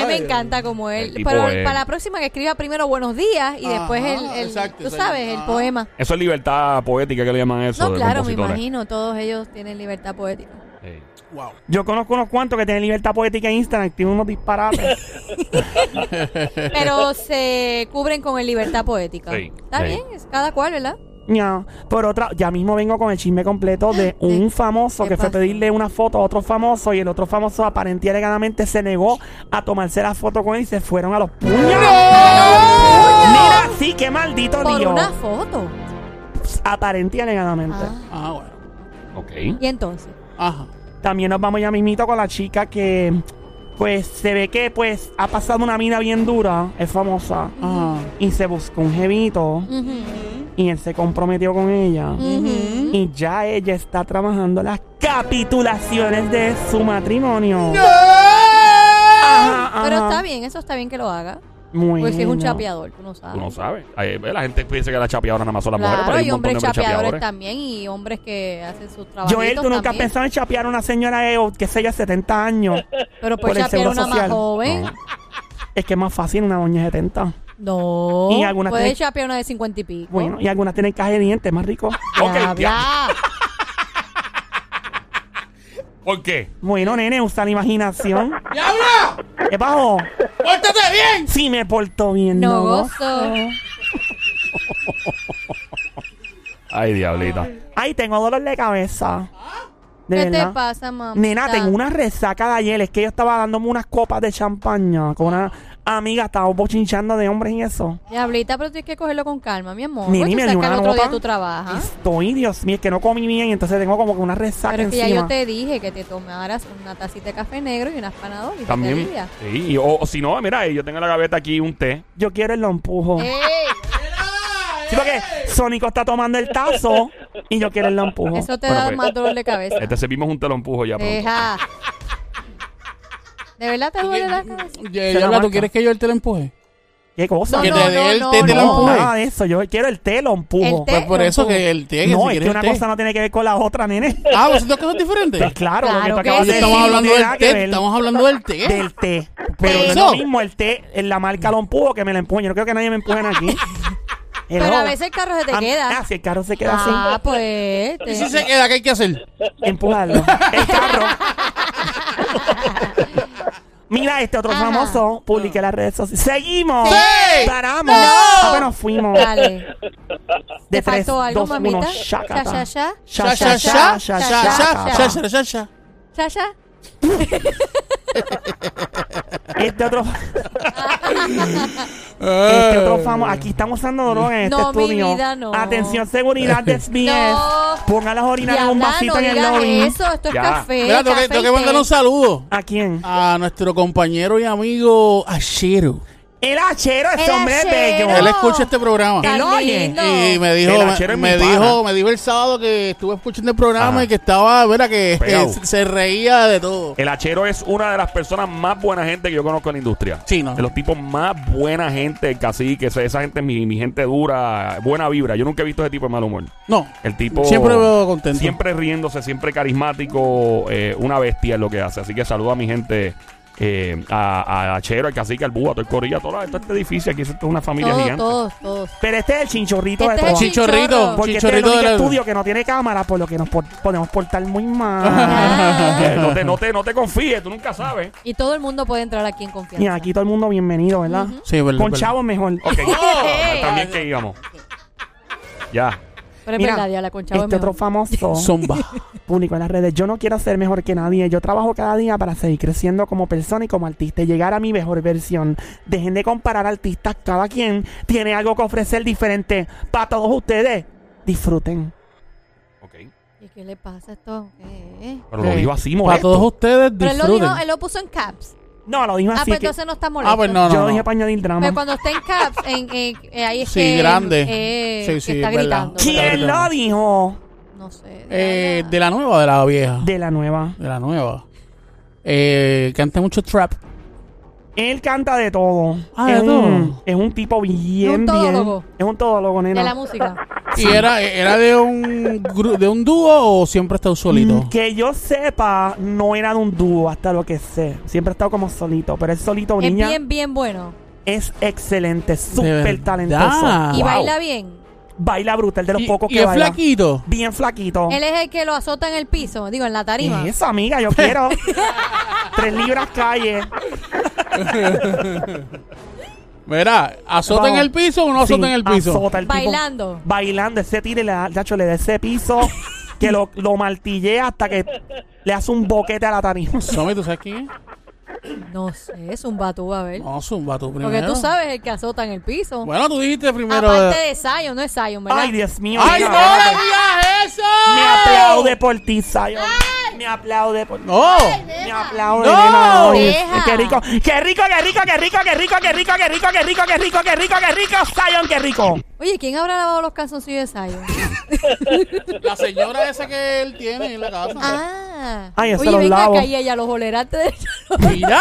S4: mí me encanta como
S1: El
S4: él.
S1: tipo
S4: Pero
S1: es-
S4: para la próxima que escriba primero buenos días y
S3: Ajá,
S4: después el, el-
S3: exacto,
S4: tú
S3: exacto.
S4: sabes, el
S3: Ajá.
S4: poema.
S1: Eso es libertad poética que le llaman eso.
S4: No,
S1: de
S4: claro, me
S1: compositores.
S4: imagino. Todos ellos tienen libertad poética.
S1: Sí.
S3: Wow.
S2: Yo conozco unos cuantos que tienen libertad poética en Instagram, tienen unos disparates.
S4: Pero se cubren con el libertad poética.
S1: Sí,
S4: Está
S1: sí.
S4: bien, es cada cual, ¿verdad?
S2: Ya, Por otra, ya mismo vengo con el chisme completo de un famoso
S4: ¿Qué
S2: que fue a
S4: pasó?
S2: pedirle una foto a otro famoso y el otro famoso aparentemente alegadamente se negó a tomarse la foto con él y se fueron a los puños. Mira, sí, qué maldito
S4: Por
S2: lío.
S4: una foto.
S2: Aparente y alegadamente.
S4: Ah,
S3: Ah, bueno.
S1: Ok.
S4: Y entonces.
S3: Ajá.
S2: También nos vamos ya mismito con la chica que, pues, se ve que, pues, ha pasado una mina bien dura, es famosa,
S3: Ajá.
S2: y se buscó un jevito, y él se comprometió con ella, y ya ella está trabajando las capitulaciones de su matrimonio. Ajá,
S4: Pero
S2: ajá.
S4: está bien, eso está bien que lo haga.
S2: Muy
S4: Porque si es un
S2: bien.
S4: chapeador, tú no sabes.
S1: Tú no sabes. Ahí, ve, la gente piensa que la chapeadora nada más son las mujeres, pero
S4: Claro,
S1: hay un
S4: y
S1: montón
S4: hombres
S1: de hombres
S4: chapeadores
S1: chapeadores.
S4: también y hombres que hacen sus trabajos.
S2: Joel, tú nunca has pensado en chapear a una señora de, o, qué sé yo, 70 años.
S4: Pero
S2: por
S4: pues
S2: el
S4: chapear
S2: seguro
S4: una
S2: social.
S4: más joven.
S2: es que es más fácil una doña de 70.
S4: No.
S2: Y algunas
S4: Puedes
S2: tienen-
S4: chapear una de cincuenta y pico.
S2: Bueno, y algunas tienen caja de dientes, más rico.
S1: Ok,
S4: Diabla.
S1: ya. ¿Por qué?
S2: Bueno, nene, usa la imaginación.
S3: ¡Diablo!
S2: ¿Qué pasó?
S3: ¡Pórtate bien!
S2: Sí me porto bien,
S4: No
S2: no.
S4: gozo.
S1: Ay, diablita.
S2: Ay, tengo dolor de cabeza. De
S4: ¿Qué te
S2: verdad.
S4: pasa, mamá?
S2: Nena, tengo una resaca de ayer. Es que yo estaba dándome unas copas de champaña con una amiga. Estaba bochinchando de hombres y eso.
S4: Diablita, pero tienes que cogerlo con calma, mi amor.
S2: Nini,
S4: Pues tú
S2: me
S4: sabes
S2: dio
S4: que
S2: una
S4: al otro día
S2: nota.
S4: tú trabajas.
S2: Estoy, Dios mío, es que no comí bien. Entonces tengo como que una resaca
S4: Pero es que ya
S2: encima.
S4: yo te dije que te tomaras una tacita de café negro y unas panadoras y te
S1: También.
S4: rías.
S1: Sí, y- o, o si no, mira, yo tengo en la gaveta aquí un té.
S2: Yo quiero el lo empujo.
S4: ¡Ey!
S2: Sí, porque Sónico está tomando el tazo y yo quiero el lo empujo.
S4: Eso te
S1: Bueno,
S4: da
S1: pues.
S4: más dolor de cabeza.
S1: Este servimos un té lo empujo ya pronto.
S4: Deja. ¿De verdad te duele
S3: ah,
S4: la cabeza?
S2: Se
S3: Ya,
S2: la
S3: Diabla,
S2: marca.
S3: ¿tú quieres que yo él te lo empuje?
S2: ¿Qué cosa?
S4: No,
S3: que
S4: no,
S3: te dé el té, te lo
S2: No, Ah,
S3: empuje.
S2: nada de eso. Yo quiero el té, lo empujo.
S4: El té.
S3: Pues por
S4: lo
S3: eso
S4: empujo.
S3: que el té, que
S2: no,
S3: si
S2: es que
S3: quieres
S2: una
S3: té.
S2: cosa no tiene que ver con la otra, nene.
S3: Ah, ¿vos son dos cosas diferentes?
S2: Pues claro, lo que
S4: Claro
S2: tú
S4: que
S2: acabas
S4: sí.
S2: de
S3: Ah, Estamos
S2: decir no
S3: hablando
S2: tiene nada
S3: del
S2: que
S3: té,
S2: ver
S3: estamos hablando del té.
S2: del té. Pero
S3: Té.
S2: no es
S3: Eso.
S2: lo mismo el té, en la marca lo empujo que me la empujen. Yo no creo que nadie me empujen aquí.
S4: Pero
S2: Hello.
S4: a veces el carro se te
S2: Ah,
S4: queda.
S2: Ah, si el carro se queda
S4: Ah, pues.
S3: Y
S4: te-
S3: si se queda, ¿qué hay que hacer?
S2: así, empujarlo. El carro. Mira, este otro
S4: Ajá.
S2: famoso publiqué en las redes sociales. ¡Seguimos!
S3: Sí.
S2: ¡Paramos!
S3: No.
S2: Ah, pero nos fuimos.
S4: Dale.
S2: De
S4: ¿Te
S2: tres,
S4: faltó algo,
S2: dos, uno,
S4: mamita?
S2: shakata.
S4: Sha, sha,
S3: Sha, sha,
S4: sha.
S3: sha, sha, sha, sha, sha, sha, sha, sha.
S4: Sha, sha.
S2: Este otro, este otro famoso. Aquí están usando drogas en este
S4: No, mi
S2: estudio.
S4: vida, no.
S2: Atención, seguridad de SBS.
S4: No.
S2: Pongan las orinas en un
S4: Diabla,
S2: vasito
S4: no
S2: en el
S4: digas
S2: lobby.
S4: eso. Esto es
S1: Ya.
S4: café.
S3: Mira, tengo que,
S4: café
S3: tengo
S4: y
S3: que
S4: té.
S3: mandar un saludo
S2: ¿A quién?
S3: a nuestro compañero y amigo Ashero.
S2: El hachero, ese
S4: El
S2: hombre es
S4: hachero.
S2: bello.
S3: Él escucha este programa.
S4: Tan
S2: Él oye.
S4: lindo.
S3: Y me
S1: El
S3: dijo,
S1: Achero
S3: me,
S1: es
S3: me
S1: mi pana.
S3: dijo, me dijo el sábado que estuve escuchando el programa
S1: Ajá.
S3: y que estaba, verá que este,
S1: Pegado. Eh,
S3: se, se reía de todo.
S1: El hachero es una de las personas más buena gente que yo conozco en la industria.
S3: Sí, no.
S1: De los tipos más buena gente, casi que esa esa gente es mi, mi gente dura, buena vibra. Yo nunca he visto ese tipo de mal humor.
S3: No,
S1: El tipo
S3: siempre lo veo contento.
S1: siempre riéndose, siempre carismático, eh, una bestia es lo que hace. Así que saludo a mi gente, eh, a, a Achero, al cacique, al búho, a todo el corillo, a todo, todo este edificio. Aquí esto es una familia
S4: Todos,
S1: gigante.
S4: todos, todos.
S2: Pero este es el chinchorrito
S4: Este
S2: de
S4: es el
S2: todo.
S4: chinchorrito.
S3: Chichorrito,
S2: Porque este es el
S3: chichorrito
S2: único
S3: de la-
S2: estudio que no tiene cámara, por lo que nos por- podemos portar muy mal.
S1: Eh,
S4: Ah.
S1: no, te, no, te, no te confíes, tú nunca sabes.
S4: Y todo el mundo puede entrar aquí en confianza.
S2: Y aquí todo el mundo bienvenido, ¿verdad?
S3: Sí, es verdad,
S2: Con
S3: es verdad.
S2: chavos mejor.
S1: Ok, Ah,
S4: Oh.
S1: también que íbamos. Ya.
S4: Pero es
S2: Mira,
S4: verdad, ya la concha
S2: Este otro famoso
S3: Zumba.
S2: público en las redes. Yo no quiero ser mejor que nadie. Yo trabajo cada día para seguir creciendo como persona y como artista y llegar a mi mejor versión. Dejen de comparar artistas. Cada quien tiene algo que ofrecer diferente. Para todos ustedes, disfruten.
S1: Ok.
S4: ¿Y qué le pasa a esto? ¿Qué?
S1: Pero lo
S3: Sí.
S1: dijo así,
S3: Para
S1: molesto.
S3: todos ustedes,
S4: Pero él lo,
S3: disfruten.
S4: dijo, él lo puso en caps.
S2: No, lo dijo
S4: ah,
S2: así.
S4: pues
S2: que-
S4: entonces no está molesto.
S3: Ah, pues no,
S2: yo
S3: no,
S2: lo dije
S3: no.
S2: para añadir drama.
S4: Pero cuando está en caps, en, en- eh, ahí es
S3: Sí,
S4: que,
S3: grande.
S4: eh,
S3: Sí,
S4: que
S3: sí,
S4: está
S3: es verdad.
S4: gritando.
S2: ¿Quién lo dijo?
S4: No sé.
S3: Eh,
S4: nada.
S3: de la nueva o de la vieja.
S2: De la nueva.
S3: De la nueva. Eh, canta mucho trap.
S2: Él canta de todo.
S3: Ah, de
S2: es, un,
S3: todo.
S2: es un tipo bien,
S4: un todólogo.
S2: bien. Es un todólogo,
S4: De
S2: nena.
S4: la música.
S3: ¿Y era, era de un gru- de un dúo o siempre está solito?
S2: Mm, Que yo sepa, no era de un dúo, hasta lo que sé. Siempre ha estado como solito, pero él solito,
S4: Es
S2: niña,
S4: bien, bien bueno.
S2: es excelente, súper
S3: verdad?
S2: talentoso.
S3: Ah,
S4: y
S1: wow.
S4: baila bien.
S2: Baila brutal, de los
S3: Y-
S2: pocos
S3: y
S2: que
S3: es
S2: baila.
S3: flaquito.
S2: Bien flaquito.
S4: Él es el que lo azota en el piso, digo, en la
S2: ¿Qué
S4: tarima.
S2: es eso, amiga? Yo quiero. Tres libras calle.
S3: Mira, azota
S2: Vamos.
S3: en el piso o no azota
S2: Sí,
S3: en el piso.
S2: azota el tipo.
S4: Bailando.
S2: bailando ese tiro y le da, chacho, le da ese piso que lo, lo martillea hasta que le hace un boquete a la tarima.
S3: Somi, ¿tú sabes quién es?
S4: No sé, es un batú, a ver.
S3: No, zumba tú primero.
S4: Porque tú sabes el que azota en el piso.
S3: Bueno, tú dijiste primero.
S4: Aparte de Zion, no es Zion, ¿verdad?
S2: Ay, Dios mío.
S3: ¡Ay, no
S2: mira,
S3: le digas eso!
S2: Me aplaude por ti, Zion. Me aplaude por ti.
S3: ¡No!
S2: Me aplaude.
S3: No.
S2: nena, oye,
S4: Deja.
S2: qué rico, qué rico, qué rico, qué rico, qué rico, qué rico, qué rico, qué rico, qué rico, qué rico, qué rico, Zion, qué rico.
S4: Oye, ¿quién habrá lavado los calzoncillos de Zion?
S3: La señora esa que él tiene en la casa.
S4: ah.
S2: Ay, yo se
S4: Oye,
S2: los
S4: venga
S2: lavo.
S4: acá y ella los oleraste de
S3: ¡Mira!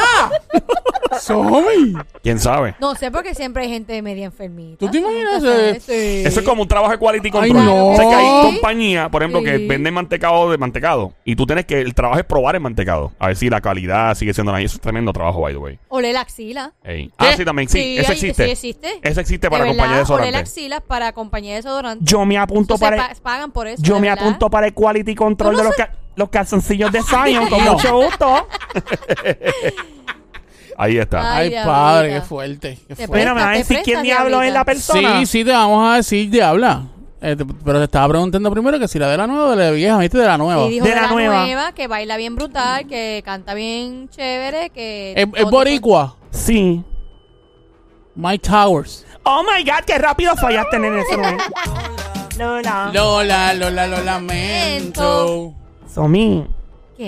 S3: ¡Somi!
S1: ¿Quién sabe?
S4: No sé, porque siempre hay gente media enfermita.
S3: ¿Tú te imaginas?
S4: Nunca sabes.
S3: Este...
S1: Eso es como un trabajo de quality
S3: Ay,
S1: control.
S3: no.
S1: O sea, que hay compañías, por ejemplo, que
S4: Sí.
S1: venden mantecado de mantecado. Y tú tienes que, el trabajo es probar el mantecado. A ver si la calidad sigue siendo la misma. Eso es tremendo trabajo, by the way.
S4: Olé la axila.
S1: Ey. Ah, sí, también, sí. eso
S4: hay-
S1: existe.
S4: Sí existe.
S1: Eso existe para
S4: De verdad,
S1: compañía de
S4: Olé la
S1: desodorante.
S4: axila para compañía de desodorante.
S2: Yo me apunto
S4: Eso se
S2: para
S4: pa- pagan por eso.
S2: yo
S4: de
S2: me
S4: verdad.
S2: apunto para el quality control
S4: ¿Tú
S2: de
S4: no
S2: los que
S4: sabes?
S2: los calzoncillos de Zion, con
S3: No.
S2: mucho gusto.
S1: Ahí está.
S4: Ay,
S3: Ay,
S4: diablita.
S3: padre, qué fuerte. Qué
S4: Te
S3: fuerte.
S2: Pero me van a
S4: Te
S2: decir
S4: prestas,
S2: quién diablo es
S4: diablita.
S2: la persona.
S3: Sí, sí, te vamos a decir, diabla. Eh, te- pero te estaba preguntando primero que si la de la nueva o de la vieja, viste, de la nueva.
S4: Y dijo
S2: De
S4: de,
S2: la
S4: la,
S2: nueva.
S4: nueva. que baila bien brutal, que canta bien chévere, que...
S3: es, es
S4: todo-
S3: boricua,
S2: Sí.
S3: Mike Towers.
S2: Oh my God, qué rápido fallaste en eso, ¿no es? Lola.
S3: Lola, Lola, lo lamento.
S2: Somi,
S4: pues,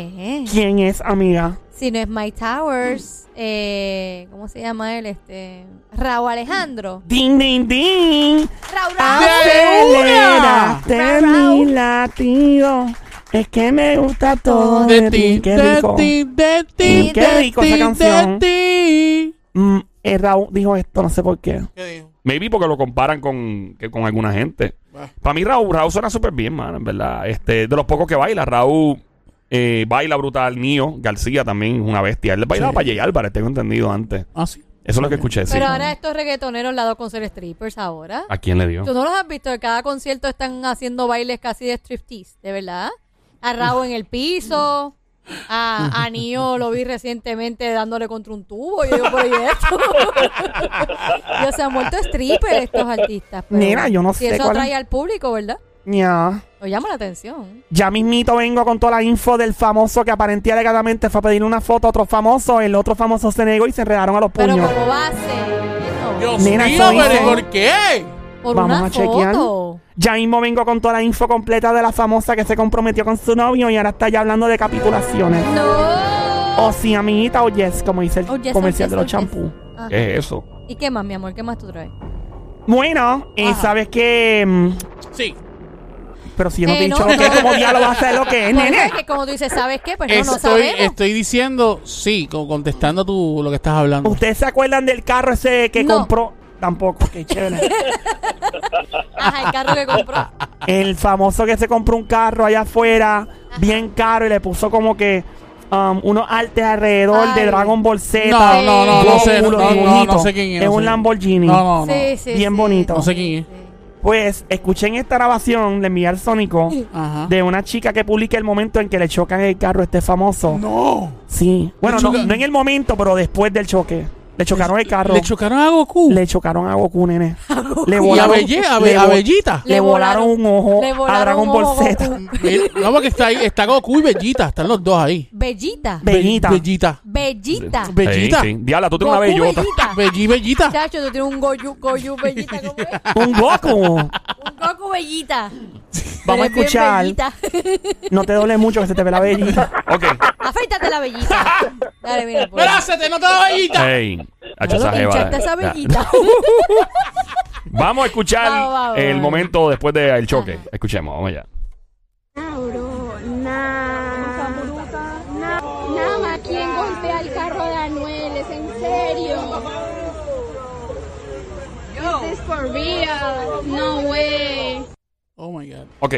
S4: ¿Qué es?
S2: ¿quién es, amiga?
S4: Si no es Mike Towers, eh, ¿cómo se llama él? Este, Raúl Alejandro.
S2: Ding, ding, ding.
S4: Raúl
S2: Aceleraste
S4: Ra, ra.
S2: mi latido. Es que me gusta todo de ti. Qué
S3: de
S2: rico.
S3: ti, de ti,
S4: Sí,
S2: qué
S3: de
S2: rico esa
S3: ti,
S2: canción.
S3: de ti.
S2: Mm, eh, Raúl dijo esto, no sé por qué.
S3: ¿Qué dijo?
S1: Maybe porque lo comparan con, que con alguna gente.
S3: Ah.
S1: Para mí Raúl, Raúl suena súper bien, man, en verdad. Este, de los pocos que baila, Raúl eh, baila brutal. Nio García también es una bestia. Él bailaba
S3: Sí.
S1: para Jay Álvarez, tengo entendido antes.
S3: Ah, sí.
S1: Eso es lo que escuché, sí.
S4: Pero ahora estos reggaetoneros lados con ser strippers ahora.
S1: ¿A quién le dio?
S4: ¿Tú no los has visto? En cada concierto están haciendo bailes casi de striptease, ¿de verdad?
S2: Mm.
S4: A Raúl en el piso. A, a Nio lo vi recientemente dándole contra un tubo. Yo digo, pero ¿y esto? Yo, se han vuelto strippers estos artistas. pero
S2: Mira, yo no
S4: si
S2: sé
S4: eso
S2: cuál
S4: atrae
S2: es.
S4: al público, ¿verdad?
S2: Ya.
S4: Nos llama la atención.
S2: Ya mismito vengo con toda la info del famoso que aparentía legalmente fue a pedirle una foto a otro famoso. El otro famoso se negó y se enredaron a los
S4: Pero
S2: puños.
S4: como base, no,
S3: Dios
S2: Nena,
S3: mío,
S2: eso
S3: pero ¿y
S2: hice.
S3: ¿por qué?
S4: por
S2: vamos
S4: una
S2: a chequear.
S4: foto.
S2: Ya mismo vengo con toda la info completa de la famosa que se comprometió con su novio y ahora está ya hablando de capitulaciones.
S4: No.
S2: O sí, amiguita, o yes, como dice el
S4: Oh, yes,
S2: comercial
S4: oh,
S2: de
S4: yes,
S2: los
S4: oh, yes.
S2: champús.
S4: Ah.
S1: ¿Qué es eso?
S4: ¿Y qué más, mi amor? ¿Qué más tú traes?
S2: Bueno, eh,
S4: Ajá.
S2: sabes que. mm,
S3: Sí.
S2: Pero si yo no
S4: Eh,
S2: te he dicho
S4: no,
S2: lo que es,
S4: no.
S2: ¿cómo diablo vas a saber lo que es,
S4: Por eso
S2: Eh, nene?
S4: Pues, es que como tú dices, ¿sabes qué? Pues no, no
S3: Estoy,
S4: sabemos.
S3: estoy diciendo sí, como contestando tú lo que estás hablando.
S2: ¿Ustedes se acuerdan del carro ese que
S4: No.
S2: compró? Tampoco, qué chévere.
S4: Ajá, el carro que compró.
S2: El famoso que se compró un carro allá afuera, bien caro, y le puso como que um, unos artes alrededor de
S4: Ay.
S2: Dragon Ball Z.
S3: No, no, no, no
S2: Dos
S3: sé, no,
S2: culos
S3: no, no,
S2: dibujitos.
S3: no sé quién es.
S2: Es
S3: no sé
S2: un
S3: quién.
S2: Lamborghini.
S3: No, no, no.
S4: Sí, sí,
S2: Bien
S4: sí.
S2: bonito.
S3: No sé quién es.
S2: Pues escuchen esta grabación, le envié al Sónico,
S3: Ajá.
S2: de una chica que publica el momento en que le chocan el carro a este famoso.
S3: No.
S2: Sí. Bueno, no,
S3: choca-
S2: no en el momento, pero después del choque. Le chocaron el carro.
S3: Le chocaron a Goku.
S2: Le chocaron a Goku, nene. Le
S3: y Uh. a, Belle- a Be-
S2: le
S3: a
S2: vo-
S3: Bellita.
S2: Le volaron un ojo a Dragon
S4: un
S2: Ball
S4: ojo a
S2: Z.
S4: Goku.
S3: Mira, No, porque está ahí, está Goku y Bellita, están los dos ahí.
S4: Bellita.
S2: Be- Bellita.
S3: Be- Bellita.
S4: Bellita.
S3: Bellita.
S1: Sí, sí. Diabla, tú tienes una
S4: Goku
S1: bellota.
S4: Bellita.
S3: Belli, Bellita.
S4: Chacho, tú tienes un Goyu, Goyu Bellita. ¿Cómo es?
S2: Un Goku.
S4: Un Goku Bellita.
S2: Vamos a
S4: Eres bien
S2: escuchar.
S4: bellita.
S2: No te doble mucho que se te ve la bellita.
S1: Ok.
S4: Afeítate la Bellita. Dale, mira. por ahí.
S3: ¡Verásete, no te da Bellita!
S1: Hey. hacha esa jeva.
S4: Pinchaste esa
S1: Ya.
S4: Bellita.
S1: Vamos a escuchar
S4: Vamos, vamos,
S1: el
S4: vamos.
S1: momento después del choque. Escuchemos, vamos allá.
S8: Tauro, nada. Nada más, ¿quién golpea el carro de Anuel? ¿Es en serio? This is for real. No way.
S3: Oh my god.
S1: Ok.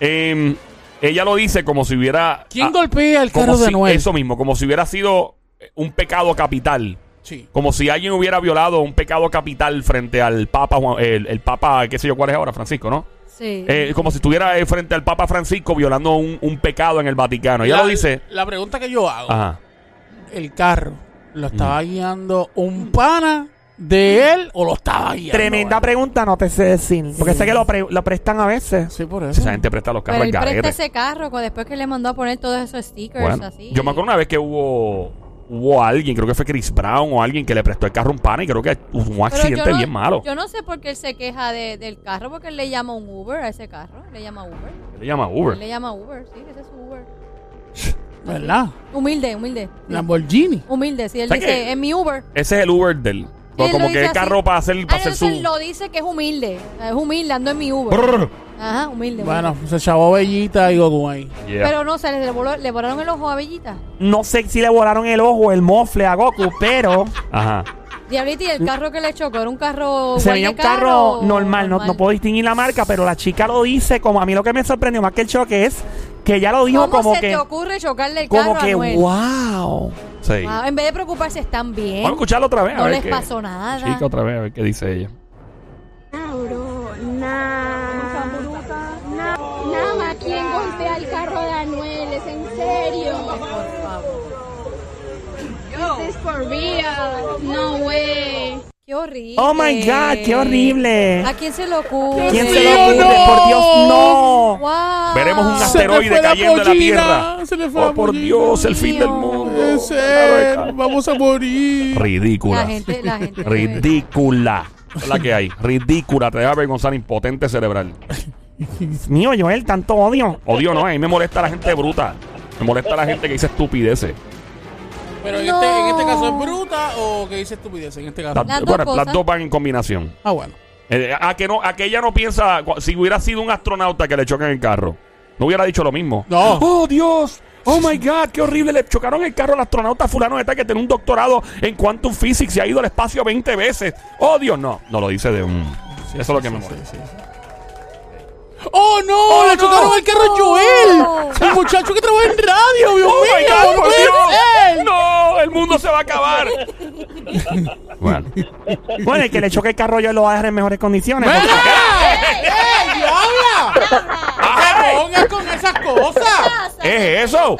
S1: Em, ella lo dice como si hubiera.
S3: ¿Quién
S1: ah,
S3: golpea el
S1: como
S3: carro de
S1: si-
S3: Noel?
S1: Eso mismo, como si hubiera sido eh, un pecado capital.
S3: Sí.
S1: Como si alguien hubiera violado un pecado capital frente al Papa, Juan- el, el Papa, qué sé yo cuál es ahora, Francisco, ¿no?
S4: Sí.
S1: Eh, como si estuviera eh, frente al Papa Francisco violando un, un pecado en el Vaticano. Ella
S3: La-
S1: Pues lo dice.
S3: La pregunta que yo hago:
S1: Ajá.
S3: ¿el carro lo estaba guiando un pana de él o lo estaba guiando?
S2: Tremenda
S3: él?
S2: pregunta, no te sé decir. Porque sé que lo, pre- lo prestan a veces.
S3: Sí, por eso.
S1: Esa gente presta los carros
S4: Pero
S1: al
S4: él presta
S1: garete.
S4: ese carro cu- después que le mandó a poner todos esos stickers
S1: Bueno,
S4: así.
S1: yo me acuerdo una vez que hubo hubo alguien, creo que fue Chris Brown o alguien que le prestó el carro a un pana y creo que hubo un
S4: Pero
S1: accidente
S4: yo no-
S1: bien malo.
S4: Yo no sé por qué él se queja de- del carro, porque él le llama un Uber a ese carro. Le llama Uber.
S1: Le llama
S4: Él
S1: Uber.
S4: le llama Uber, sí, ese es su Uber.
S3: ¿Verdad?
S4: Humilde, humilde.
S3: Lamborghini.
S4: Humilde, sí, él
S1: ¿Sabes
S4: dice,
S1: qué?
S4: es mi Uber.
S1: Ese es el Uber del
S4: Sí, él
S1: Pues como
S4: lo
S1: que
S4: dice
S1: el
S4: así.
S1: carro para hacer
S4: Ah,
S1: para hacer
S4: entonces
S1: su
S4: lo dice que es humilde. Es humilde, ando en mi Uber.
S1: Brrr.
S4: Ajá, humilde.
S3: Bueno,
S4: humilde.
S3: se chavó Bellita y Goku ahí.
S1: Yeah.
S4: Pero no, se le, voló- le volaron el ojo a Bellita.
S2: No sé si le volaron el ojo o el mofle a Goku, pero
S1: Ajá.
S4: Diablita, y el carro que le chocó era un carro.
S2: se
S4: igual
S2: veía
S4: de
S2: un carro
S4: o
S2: normal. No, no puedo distinguir la marca, pero la chica lo dice como a mí lo que me sorprendió más que el choque es que ella lo dijo
S4: ¿Cómo
S2: como
S4: se
S2: que.
S4: te ocurre chocarle el
S2: Como
S4: carro a
S2: que,
S4: Anuel?
S2: wow.
S1: Sí.
S4: Ah, en vez de preocuparse, están bien.
S1: Vamos a escucharlo otra vez a
S4: No
S1: ver
S4: les
S1: qué-
S4: pasó nada.
S1: Chica otra vez a ver qué dice ella.
S8: Tauro, nada. Nada más, ¿quién golpea el carro de Anuel? ¿Es For real. No way.
S4: Qué horrible.
S2: Oh my God, qué horrible.
S4: ¿A quién se le ocurre?
S2: ¿Quién
S3: Dios
S2: se le
S3: mío,
S2: ocurre?
S3: no.
S2: Por Dios, no.
S4: Wow.
S1: Veremos un
S3: Se le fue
S1: asteroide
S3: la
S1: cayendo a la
S3: pollina,
S1: Tierra.
S3: se le fue la
S1: Oh, por
S3: pollina.
S1: Dios, el fin del mundo.
S3: Puede ser, vamos a morir.
S1: Ridícula.
S4: La gente, la gente. de verdad.
S1: Ridícula. Es la que hay. Ridícula. Te deja avergonzar impotente cerebral.
S2: Dios mío, Joel, tanto odio.
S1: Odio, no, a mí me molesta la gente bruta. Me molesta la gente que dice estupideces.
S3: Pero en,
S4: No.
S3: este, en este caso es bruta o que dice estupidez en este caso.
S1: Las,
S4: Las dos
S1: bueno,
S4: cosas.
S1: las dos van en combinación.
S3: Ah, bueno.
S1: Eh, a que no, a que ella no piensa, cu- si hubiera sido un astronauta que le chocan el carro, no hubiera dicho lo mismo.
S3: No.
S1: Oh Dios, oh my God, qué horrible, le chocaron el carro al astronauta fulano de tal que tiene un doctorado en quantum physics y ha ido al espacio 20 veces. Oh Dios, no, no lo dice de un. Eso es lo que me molesta.
S3: ¡Oh, no! ¡Le chocaron el carro a Joel! ¡El muchacho que trabaja en radio, Dios
S1: Oh my God,
S3: mío! ¡No
S1: por
S3: puede
S1: Dios.
S3: ser!
S1: No, el mundo se va a acabar. bueno,
S2: Bueno, el que le choque el carro yo lo va a dejar en mejores condiciones.
S3: ¡Venga! ¡Eh, diabla! ¡No te
S1: ¡Ay!
S3: pongas con esas cosas!
S1: Ah, ¿es eso?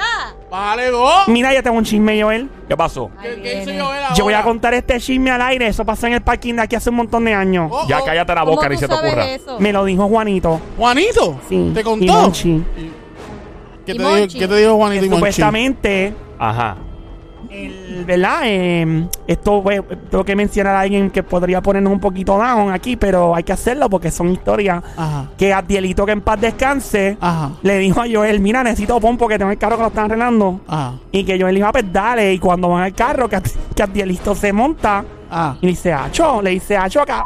S3: ¡Vale, dos!
S2: Mira, ya tengo un chisme, Joel.
S1: ¿Qué pasó?
S3: ¿Qué, qué hizo Joel
S2: Yo voy a
S3: ahora?
S2: contar este chisme al aire. Eso pasó en el parking de aquí hace un montón de años.
S3: Oh,
S1: Ya
S3: oh.
S1: cállate la
S4: ¿Cómo
S1: boca,
S4: tú
S1: ni se te
S4: sabes
S1: ocurra.
S4: eso?
S2: Me lo dijo Juanito.
S3: ¿Juanito?
S2: Sí.
S3: ¿Te
S2: Y
S3: contó?
S2: Monchi.
S3: ¿Qué
S4: Y
S3: te, dijo,
S4: Monchi.
S3: ¿Qué te dijo Juanito y Monchi?
S2: Supuestamente,
S1: Ajá.
S2: el- ¿verdad? Eh, esto, pues, tengo que mencionar a alguien que podría ponernos un poquito down aquí, pero hay que hacerlo porque son historias.
S3: Ajá.
S2: Que Adielito, que en paz descanse,
S3: Ajá.
S2: le dijo a Joel: Mira, necesito pompo que tengo el carro que lo están arreglando.
S3: Ajá.
S2: Y que Joel le dijo: Ah, pues dale. Y cuando van al carro, que, Ad- que Adielito se monta
S3: Ah.
S2: y le dice: Acho, le dice: Acho, acá.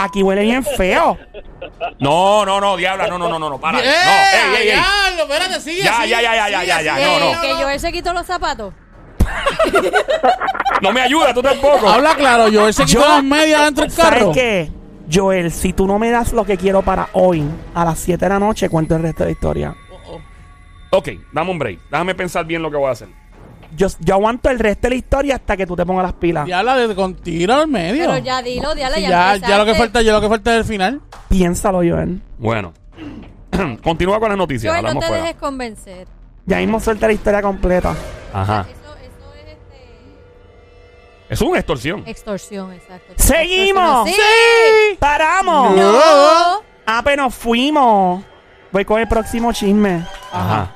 S2: Aquí huele bien feo.
S1: No, no, no, diabla, no, no, no, no, no, para.
S3: ¡Eh!
S1: No, ey, ey, ey.
S3: diablo, espérate, sigue,
S1: Ya,
S3: sigue,
S1: ya, ya, ya,
S3: sigue,
S1: ya, ya,
S3: sigue.
S1: no,
S4: Que-
S1: no.
S4: Que Joel se quitó los zapatos.
S1: No me ayuda, tú tampoco.
S3: Habla claro, Joel se quitó
S2: Yo-
S3: las medias dentro del
S2: ¿Sabes
S3: carro.
S2: qué? Joel, si tú no me das lo que quiero para hoy, a las 7 de la noche, cuento el resto de la historia.
S1: Ok, dame un break. Déjame pensar bien lo que voy a hacer.
S2: Yo, yo aguanto el resto de la historia hasta que tú te pongas las pilas.
S3: Diabla, de, con tiro al medio.
S4: Pero ya dilo, diala,
S3: Sí, ya, ya
S4: ya
S3: lo que
S4: empezaste.
S3: falta, ya lo que falta es el final.
S2: Piénsalo, Joel.
S1: Bueno. Continúa con las noticias.
S4: Joel, no
S1: hablamos
S4: te
S1: fuera.
S4: dejes convencer.
S2: Ya mismo suelta la historia completa.
S1: Ajá.
S4: Eso, eso es este...
S1: Es una extorsión.
S4: extorsión, exacto.
S2: ¡Seguimos!
S4: ¡Sí!
S2: ¡Paramos!
S4: No.
S2: Ah, pero nos fuimos. Voy con el próximo chisme.
S1: Ajá.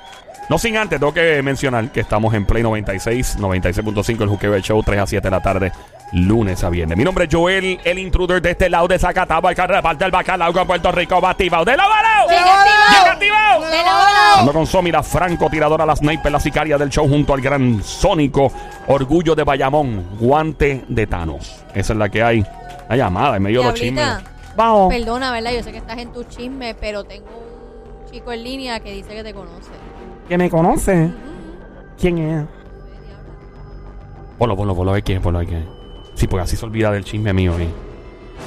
S1: No sin antes, tengo que mencionar que estamos en Play 96, 96.5, el Juqueo del Show, 3 a 7 de la tarde, lunes a viernes. Mi nombre es Joel, el intruder de este lado de Zacatapa, el carnaval del bacalao con Puerto Rico, va activado. ¡De la balao!
S4: ¡Sigue activado!
S1: ¡Sigue activado!
S4: ¡De la bola!
S1: Ando con Somi, la francotiradora, la sniper, la sicaria del show junto al gran Sónico, Orgullo de Bayamón, Guante de Thanos. Esa es la que hay. La llamada en medio de los chismes.
S4: Diablita,
S2: Vamos.
S4: perdona, ¿verdad? Yo sé que estás en tu chisme, pero tengo un chico en línea que dice que te conoce.
S2: Que me conoce. ¿Quién es?
S1: Ponlo, ponlo, ponlo, hay que, ponlo, hay que. Sí, porque así se olvida del chisme mío. ¿eh?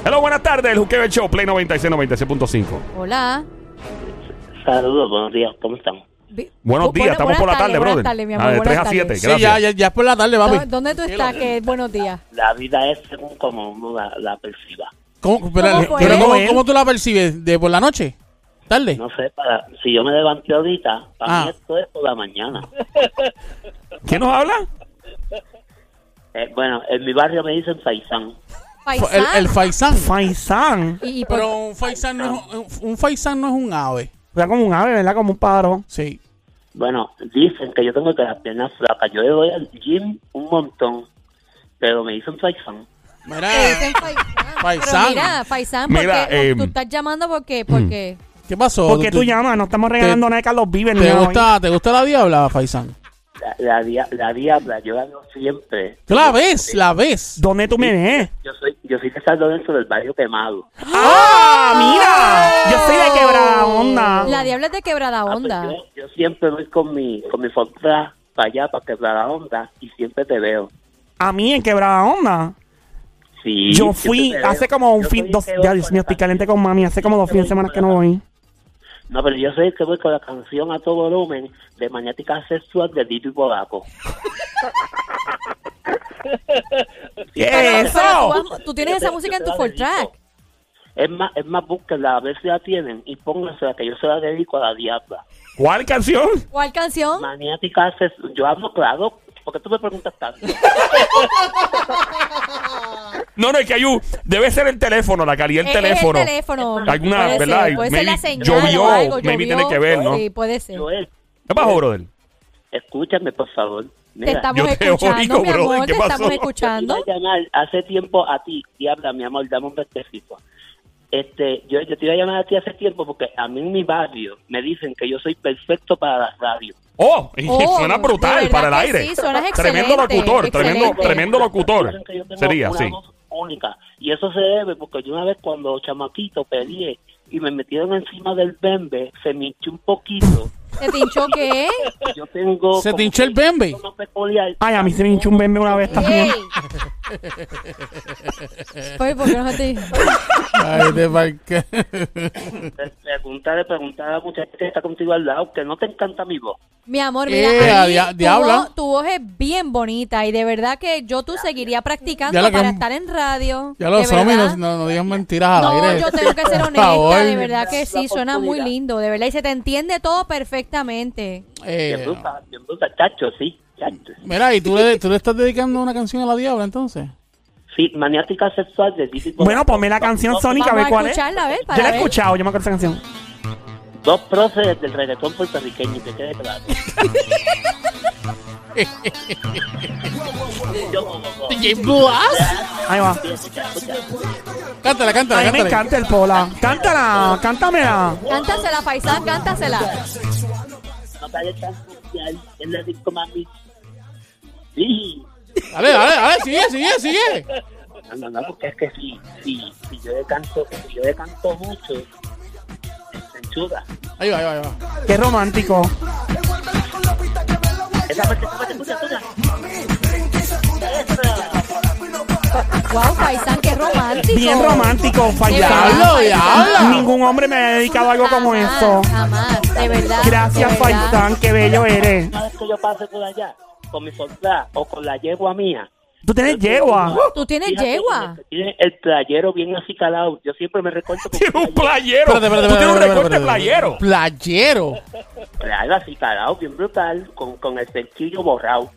S1: Hello, buenas tardes, el Juqueo del Show, Play 96, 96.5.
S4: Hola.
S9: Saludos, buenos días, ¿cómo están?
S4: Vi-
S1: Buenos
S4: Bu-
S1: días,
S4: buena-
S1: estamos
S4: buenas
S1: por la tarde,
S4: tardes,
S1: brother.
S4: Buenas tardes, mi amor.
S1: Ah, de 3 a
S4: buenas
S1: 7,
S4: tardes.
S3: Sí, ya,
S1: gracias.
S3: ya, ya es por la tarde,
S4: ¿Dó-
S3: papi.
S4: ¿Dónde tú estás? Que buenos días.
S9: La vida es según como uno la, la perciba.
S3: ¿Cómo, pero,
S4: ¿Cómo
S3: pero
S4: fue?
S3: ¿cómo-
S2: Joel.
S3: cómo tú la percibes? ¿De por la noche? ¿Tarde?
S9: No sé, para, si yo me levanté ahorita, para
S3: Ah.
S9: mí esto es por la mañana.
S1: ¿Quién nos habla?
S9: Eh, bueno, en mi barrio me dicen paisán.
S3: Fa- El,
S4: Faisán.
S3: el faisán.
S2: Faisán.
S4: Y, y por-
S3: Pero un faisán, no es, un- un faisán no es un ave.
S2: Era como un ave, ¿verdad? Como un pájaro.
S3: Sí.
S9: Bueno, dicen que yo tengo que las piernas flacas. Yo le voy al gym un montón, pero me dicen paisán.
S3: Mira,
S4: te dicen Faisán.
S3: eh, Faisán.
S4: Pero mira, Faisán, porque
S1: Mira, eh,
S4: tú estás llamando porque, porque
S3: ¿qué pasó?
S2: ¿Por qué tú llamas? No estamos regalando nada de Carlos Vives ni
S3: ¿Te
S2: nada hoy.
S3: gusta, ¿Te gusta la diabla, faisán?
S9: La, la, dia- la diabla, yo la veo siempre.
S3: ¿Tú la ves? ¿La ves?
S2: ¿Dónde tú me ves?
S9: Yo soy, yo soy de San Lorenzo del barrio quemado.
S2: ¡Ah! ¡Mira! Yo soy de quebrada onda.
S4: la diabla es de quebrada
S9: Ah, pues
S4: onda.
S9: yo, yo siempre voy con mi, con mi Fortra para allá, para quebrar la onda, y siempre te veo.
S2: A mí en quebrada onda.
S9: Sí,
S2: Yo
S9: siempre
S2: fui
S9: te veo.
S2: hace como un
S9: Yo
S2: fin,
S9: soy
S2: dos,
S9: el que
S2: ya,
S9: voy
S2: Dios
S9: con
S2: mío,
S9: la
S2: estoy
S9: canción.
S2: caliente con mami, hace como dos fines de semana que no voy.
S9: No, pero yo soy el que voy con la canción a todo volumen de Magnética Sexual de Tito y Polaco.
S2: ¿Qué es
S4: Pero
S2: eso?
S4: tú, vas- tú tienes esa música en tu full track.
S9: Es más, es más, búsquenla, a ver si la tienen y póngansela, que yo se la dedico a la diabla.
S1: ¿Cuál canción?
S4: ¿Cuál canción?
S9: Magnética Sexual, yo hablo claro, ¿Por qué tú me preguntas tanto?
S1: No, no, es que hay un. Debe ser el teléfono, la calidad del
S4: Eh, Es- es
S1: teléfono.
S4: El teléfono.
S1: Alguna,
S4: Puede
S1: ¿verdad?
S4: ser, puede ser la
S1: Maybe
S4: señal.
S1: llovió,
S4: o algo,
S1: maybe
S4: llovió.
S1: tiene que ver, ¿no?
S4: Sí, puede ser.
S9: Joel,
S1: ¿Qué pasó, brother?
S9: escúchame, por favor.
S4: Te
S9: Mira,
S4: estamos
S1: yo te oigo,
S4: escuchando, mi
S1: brother,
S4: amor,
S1: ¿qué
S4: te estamos
S1: pasó?
S4: escuchando.
S9: Te iba a llamar hace tiempo a ti, diabla, mi amor, dame un vestecito. Este, yo, yo te iba a llamar a ti hace tiempo porque a mí en mi barrio me dicen que yo soy perfecto para la radio.
S1: Oh, y
S4: Oh,
S1: suena
S4: de
S1: brutal
S4: verdad
S1: para el
S4: que
S1: aire.
S4: sí, suenas
S1: tremendo
S4: excelente,
S1: locutor, tremendo,
S4: excelente.
S1: tremendo locutor.
S9: Dicen que yo tengo
S1: Sería,
S9: una
S1: sí.
S9: voz única. Y eso se debe porque yo una vez cuando chamaquito peleé y me metieron encima del bembe, se me hinchó un poquito.
S4: ¿Te tinchó qué?
S9: Yo tengo...
S3: ¿Se te
S9: como
S3: hinchó el
S9: que un
S3: bembe?
S9: tono peculiar.
S2: Ay, a mí se me hinchó un bembe una vez también.
S4: Ey. Oye, ¿por qué no se te-
S3: Ay, de marca.
S9: Preguntarle, preguntarle a la muchacha que está contigo al lado que no te encanta mi voz.
S4: Mi amor,
S3: Eh,
S4: mira, a mí
S3: dia-
S4: tu,
S3: diabla.
S4: voz, tu voz es bien bonita y de verdad que yo tú seguiría practicando
S3: Ya lo que-
S4: para estar en radio.
S3: Ya lo
S4: de
S3: somos,
S4: verdad.
S3: no, no, no digas mentiras al
S4: No,
S3: aire.
S4: yo tengo que ser
S3: Por
S4: honesta,
S3: favor.
S4: de verdad que sí,
S9: La
S4: suena muy
S9: oportunidad.
S4: lindo, de verdad, y se te entiende todo perfectamente.
S3: Eh,
S9: Bien bruta, bien bruta, chacho, sí, chacho.
S3: mira, ¿y tú le, tú le estás dedicando una canción a la diabla entonces?
S9: Sí, maniática sexual de Didi Gómez.
S2: Bueno,
S3: pues
S2: ponme la canción Sónica, a
S4: Vamos
S2: ver
S4: a
S2: cuál es.
S4: escucharla, a ver, para
S2: Yo la he
S4: ver.
S2: escuchado, yo me acuerdo esa canción.
S9: Dos próceres del reggaetón puertorriqueño, que quede claro. Yo,
S3: DJ Blas.
S2: Ahí va.
S3: Cántala, cántala,
S2: A mí me
S3: cántala.
S2: encanta el pola. Cántala, cántamela.
S4: Cántasela, Faisán, cántasela.
S9: no vayas tan social, en la disco, mami. Sí.
S3: Dale, dale, dale, sigue, sigue, sigue.
S9: No, no, no, porque es que sí, sí, si yo le canto, si yo le canto mucho, se enchuda.
S3: Ahí va, ahí va, ahí va.
S2: Qué romántico.
S9: Esa parte, esa parte, escucha, escucha.
S4: Wow, Faisán, qué romántico.
S2: Bien romántico,
S4: verdad.
S2: Faisán.
S3: Diablo, diablo.
S2: Ningún hombre me ha dedicado algo como
S4: Jamás,
S2: eso.
S4: Jamás, de verdad.
S2: Gracias,
S4: de verdad.
S2: Faisán, qué bello eres.
S9: Cada vez que yo pase por allá, con mi soltada o con la yegua mía,
S2: Tú tienes yegua.
S4: Tú tienes
S9: Fíjate,
S4: yegua.
S9: el que Tiene el playero bien acicalado. Yo siempre me recuerdo con
S1: Tiene un playero.
S3: Espérate, espérate,
S1: Tú
S3: espérate,
S1: tienes un
S3: espérate,
S1: recorte
S3: espérate,
S1: playero.
S3: Playero.
S9: Claro, acicalado, bien brutal, con, con el cerquillo borrado.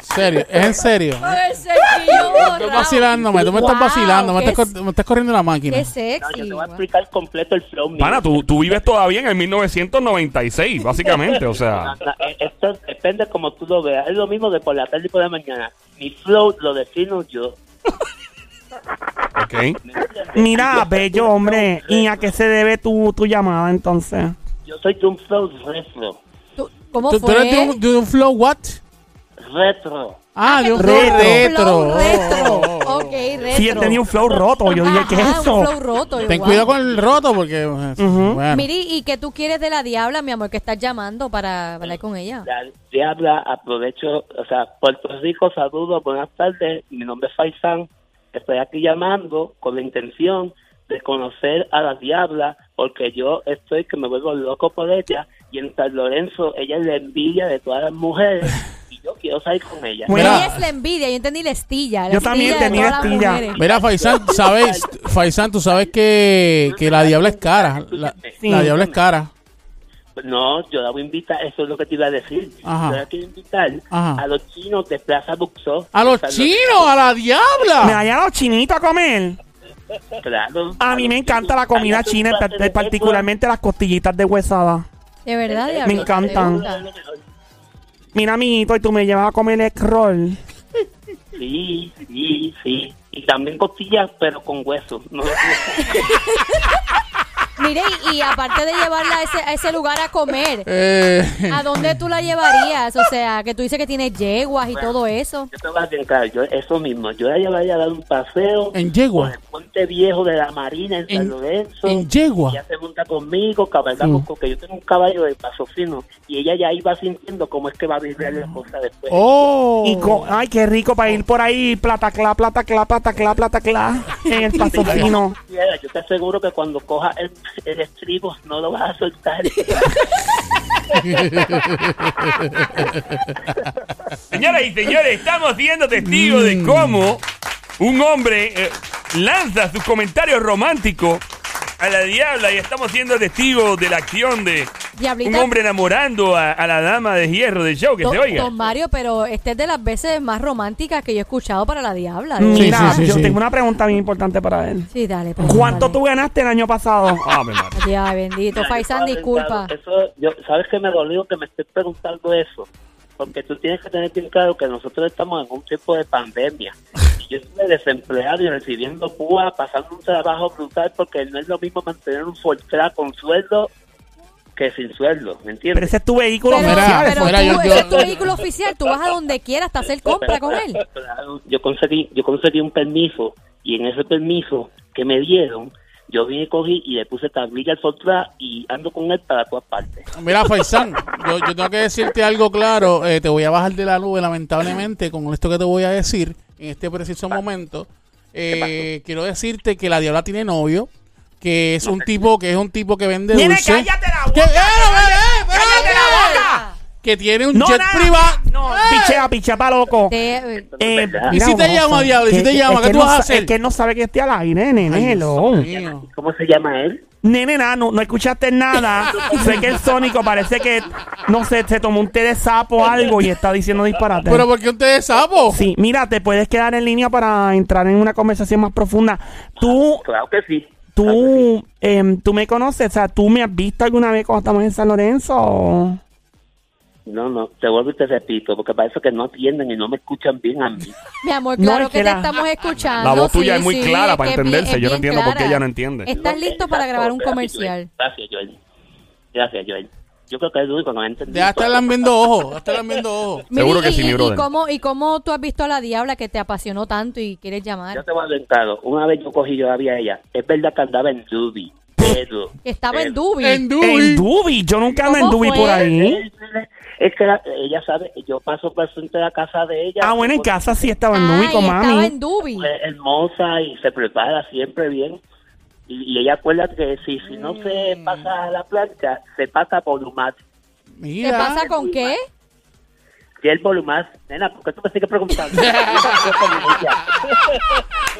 S3: Serio, es en serio.
S4: Ay, cerquillo
S3: Estoy
S4: borrado.
S3: vacilándome, tú me estás
S4: Wow,
S3: vacilando, me
S4: qué
S3: estás, cor- me estás corriendo la máquina.
S4: Qué
S9: No, yo
S4: sexy.
S9: te voy a explicar completo el flow. mío.
S1: Pana, tú, tú vives todavía en el 1996, básicamente, o
S9: No,
S1: sea.
S9: no, eh, Esto depende como tú lo veas. Es lo mismo de por la tarde y por la mañana. Mi flow lo defino yo.
S1: Ok.
S9: ¿me entiendes?
S2: Mira, bello hombre. ¿Y a qué se debe tu, tu llamada entonces?
S9: Yo soy de un flow retro.
S4: Tú- ¿Cómo
S3: ¿Tú, tú
S4: fue?
S3: eres de un, de un flow what?
S9: Retro.
S3: Ah, de un
S4: Tú
S3: flow
S4: eres de un
S3: retro.
S4: flow retro.
S3: Oh, oh, oh.
S4: Ok, retro.
S2: Sí, yo tenía un flow roto. Yo dije,
S4: Ajá,
S2: ¿qué es
S4: Ah, Un
S2: eso?
S4: flow roto. yo,
S3: Ten
S4: wow.
S3: cuidado con el roto porque. eh, bueno.
S4: Miri, ¿y qué tú quieres de la diabla, mi amor, que estás llamando para hablar con ella?
S9: La diabla, aprovecho, o sea, Puerto Rico, saludos, buenas tardes. Mi nombre es Faisán. Estoy aquí llamando con la intención de conocer a la diabla, porque yo estoy que me vuelvo loco por ella. Y en San Lorenzo, ella es la envidia de todas las mujeres. Y yo quiero salir con ella.
S2: Bueno,
S3: Mira.
S4: Ella es la envidia, yo entendí la estilla. la
S2: Yo también
S4: estilla de
S2: tenía
S4: todas las
S2: estilla.
S4: mujeres.
S3: Mira, Faisán, sabes, Faisán, tú sabes que, que la diabla es cara. La,
S2: Sí.
S3: la diabla es cara.
S9: No, yo la voy a invitar, eso es lo que te iba a decir.
S3: Ajá.
S9: Yo la quiero invitar
S3: Ajá.
S9: a los chinos de Plaza Buxó.
S3: A los
S9: San
S3: chinos, a la
S2: Me
S3: diabla.
S2: vayan a los chinitos a comer.
S9: Lorenzo, claro.
S2: A mí
S9: los
S2: me encanta
S9: chinos.
S2: la comida
S9: Allá tú
S2: china, en
S9: vas a
S2: par-
S9: tener
S2: particularmente las costillitas de huesada.
S4: De verdad, diabla.
S2: Me encantan.
S4: ¿te gusta?
S2: Mira, amiguito, y tú me llevas a comer el roll.
S9: Sí, sí, sí. Y también costillas, pero con hueso. No,
S4: Mire, y, y aparte de llevarla a ese, a ese lugar a comer,
S3: Eh,
S4: ¿a dónde tú la llevarías? O sea, que tú dices que tienes yeguas y todo eso.
S9: yo te voy a decir, claro, yo, eso mismo. Yo la llevaría a dar un paseo
S3: en
S9: por
S3: yegua.
S9: el puente viejo de la Marina en, San
S3: En,
S9: Lorenzo.
S3: en yegua.
S9: Ella se monta conmigo, cabalgamos
S3: Sí.
S9: con que yo tengo un caballo de paso fino y ella ya iba sintiendo cómo es que va a
S3: Ah.
S9: vivir la cosa después.
S3: Oh.
S2: Y co- ay, qué rico para ir por ahí, plata cla, plata cla, plata cla, plata cla, en el paso fino.
S9: Mira, Yo te aseguro que cuando coja el, el estribo no lo vas a soltar.
S1: Señoras y señores, estamos siendo testigos de cómo un hombre eh, lanza sus comentarios románticos a la diabla y estamos siendo testigos de la acción de
S4: Diablita.
S1: Un hombre enamorando a, a la dama de hierro del show, que
S4: don,
S1: se oiga.
S4: don Mario, pero esta es de las veces más románticas que yo he escuchado para la diabla. de verdad.
S2: Mira,
S3: sí, sí,
S2: yo
S3: sí.
S2: tengo una pregunta bien importante para él.
S4: Sí, dale. pues,
S2: ¿Cuánto
S4: dale.
S2: tú ganaste el año pasado?
S1: Ave María.
S4: Ya, bendito.
S9: Mira, yo
S4: Faisan,
S9: estaba
S4: disculpa.
S9: sentado, Eso, yo, ¿Sabes que me dolió que me estés preguntando eso? Porque tú tienes que tener bien claro que nosotros estamos en un tiempo de pandemia. Y Yo estuve desempleado y recibiendo púa, pasando un trabajo brutal, porque no es lo mismo mantener un Fortran con sueldo que sin sueldo, ¿me
S2: Pero
S9: entiendes?
S2: ese es tu vehículo
S4: Pero,
S2: oficial.
S4: pero
S3: fuera,
S4: tú,
S3: yo-
S4: ese
S3: yo-
S4: es tu vehículo oficial. Tú vas a donde quieras hasta hacer compra con él.
S9: Claro, yo conseguí, yo conseguí un permiso y en ese permiso que me dieron, yo vine cogí y le puse tablilla al Fortran y ando con él para todas partes.
S3: Mira, Faisán, yo, yo tengo que decirte algo claro. eh, te voy a bajar de la nube, lamentablemente, con esto que te voy a decir en este preciso momento. Eh, quiero decirte que la diabla tiene novio, que es un tipo que es un tipo que vende
S2: Nene,
S3: dulce.
S2: cállate la boca,
S3: Que,
S2: cállate,
S3: eh,
S2: cállate
S3: eh,
S2: la boca.
S3: que tiene un
S2: No,
S3: jet
S2: nada.
S3: privado.
S2: No,
S3: Eh.
S2: pichea, pichea pa' loco.
S4: Te-
S2: Eh,
S9: ¿Verdad?
S3: ¿Y si te
S2: Mira,
S3: llama,
S2: Gonzo,
S3: diablo? ¿Y si
S2: que-
S3: te
S2: que-
S3: llama?
S2: es
S3: ¿Qué
S2: que
S3: tú
S2: no
S3: vas a
S2: sa-
S3: hacer?
S2: Es que él no sabe que estoy al aire, nene.
S3: Ay,
S2: hello.
S3: Dios mío.
S9: ¿Cómo se llama él?
S2: Nene, nada, no, no escuchaste nada. sé que el sónico parece que, no sé, se tomó un té de sapo o algo y está diciendo disparate.
S3: Pero ¿por qué usted es sapo?
S2: Sí, mira, te puedes quedar en línea para entrar en una conversación más profunda. Tú,
S9: Claro que sí.
S2: tú, em, tú me conoces, o sea, tú me has visto alguna vez cuando estamos en San Lorenzo. o?
S9: No, no, te vuelvo y te repito, porque parece que no atienden y no me escuchan bien a mí.
S4: Mi amor,
S2: No,
S4: claro
S2: es
S4: que,
S2: que
S4: te
S2: la-
S4: estamos escuchando.
S1: Ah, la voz tuya
S4: sí,
S1: es muy
S4: sí,
S1: clara
S4: es
S1: para
S4: que es
S1: entenderse.
S4: bien-
S1: Yo no
S4: es bien
S1: entiendo por qué
S4: clara.
S1: ella no entiende.
S4: ¿Estás
S9: No,
S4: listo para
S9: exacto,
S4: grabar un
S9: gracias,
S4: comercial?
S9: Joel. Gracias, Joel. Gracias, Joel. Yo creo que es el único que no ha entendido.
S3: Ya está lambiendo ojo, ya está lambiendo ojo.
S4: Mira,
S1: Seguro
S4: y-
S1: que sí,
S4: y-
S1: mi
S4: y
S1: brother.
S4: cómo, ¿Y cómo tú has visto a la diabla que te apasionó tanto y quieres llamar?
S9: Yo te voy a aventar. Una vez yo cogí, yo la vi a ella. Es verdad que andaba en Dubi, pero...
S4: Que estaba en
S9: pero-
S4: Dubi.
S3: En
S2: En
S3: Dewey.
S2: Dubi, yo nunca ando en
S4: ¿Cómo
S2: Dubi
S4: fue?
S2: por ahí.
S9: Es- Es que la- ella sabe, yo paso por frente de la casa de ella.
S2: Ah, bueno, en casa sí estaba en
S4: Ay,
S2: Dubi con
S4: estaba
S2: mami.
S4: en Dubi.
S9: Es hermosa y se prepara siempre bien. Y, y ella acuerda que si, si no se pasa a la plancha, se pasa por Lumat.
S4: ¿Qué
S3: Mira.
S4: pasa con qué?
S9: Y el volumen, nena, ¿por qué tú me sigues preguntando? Ella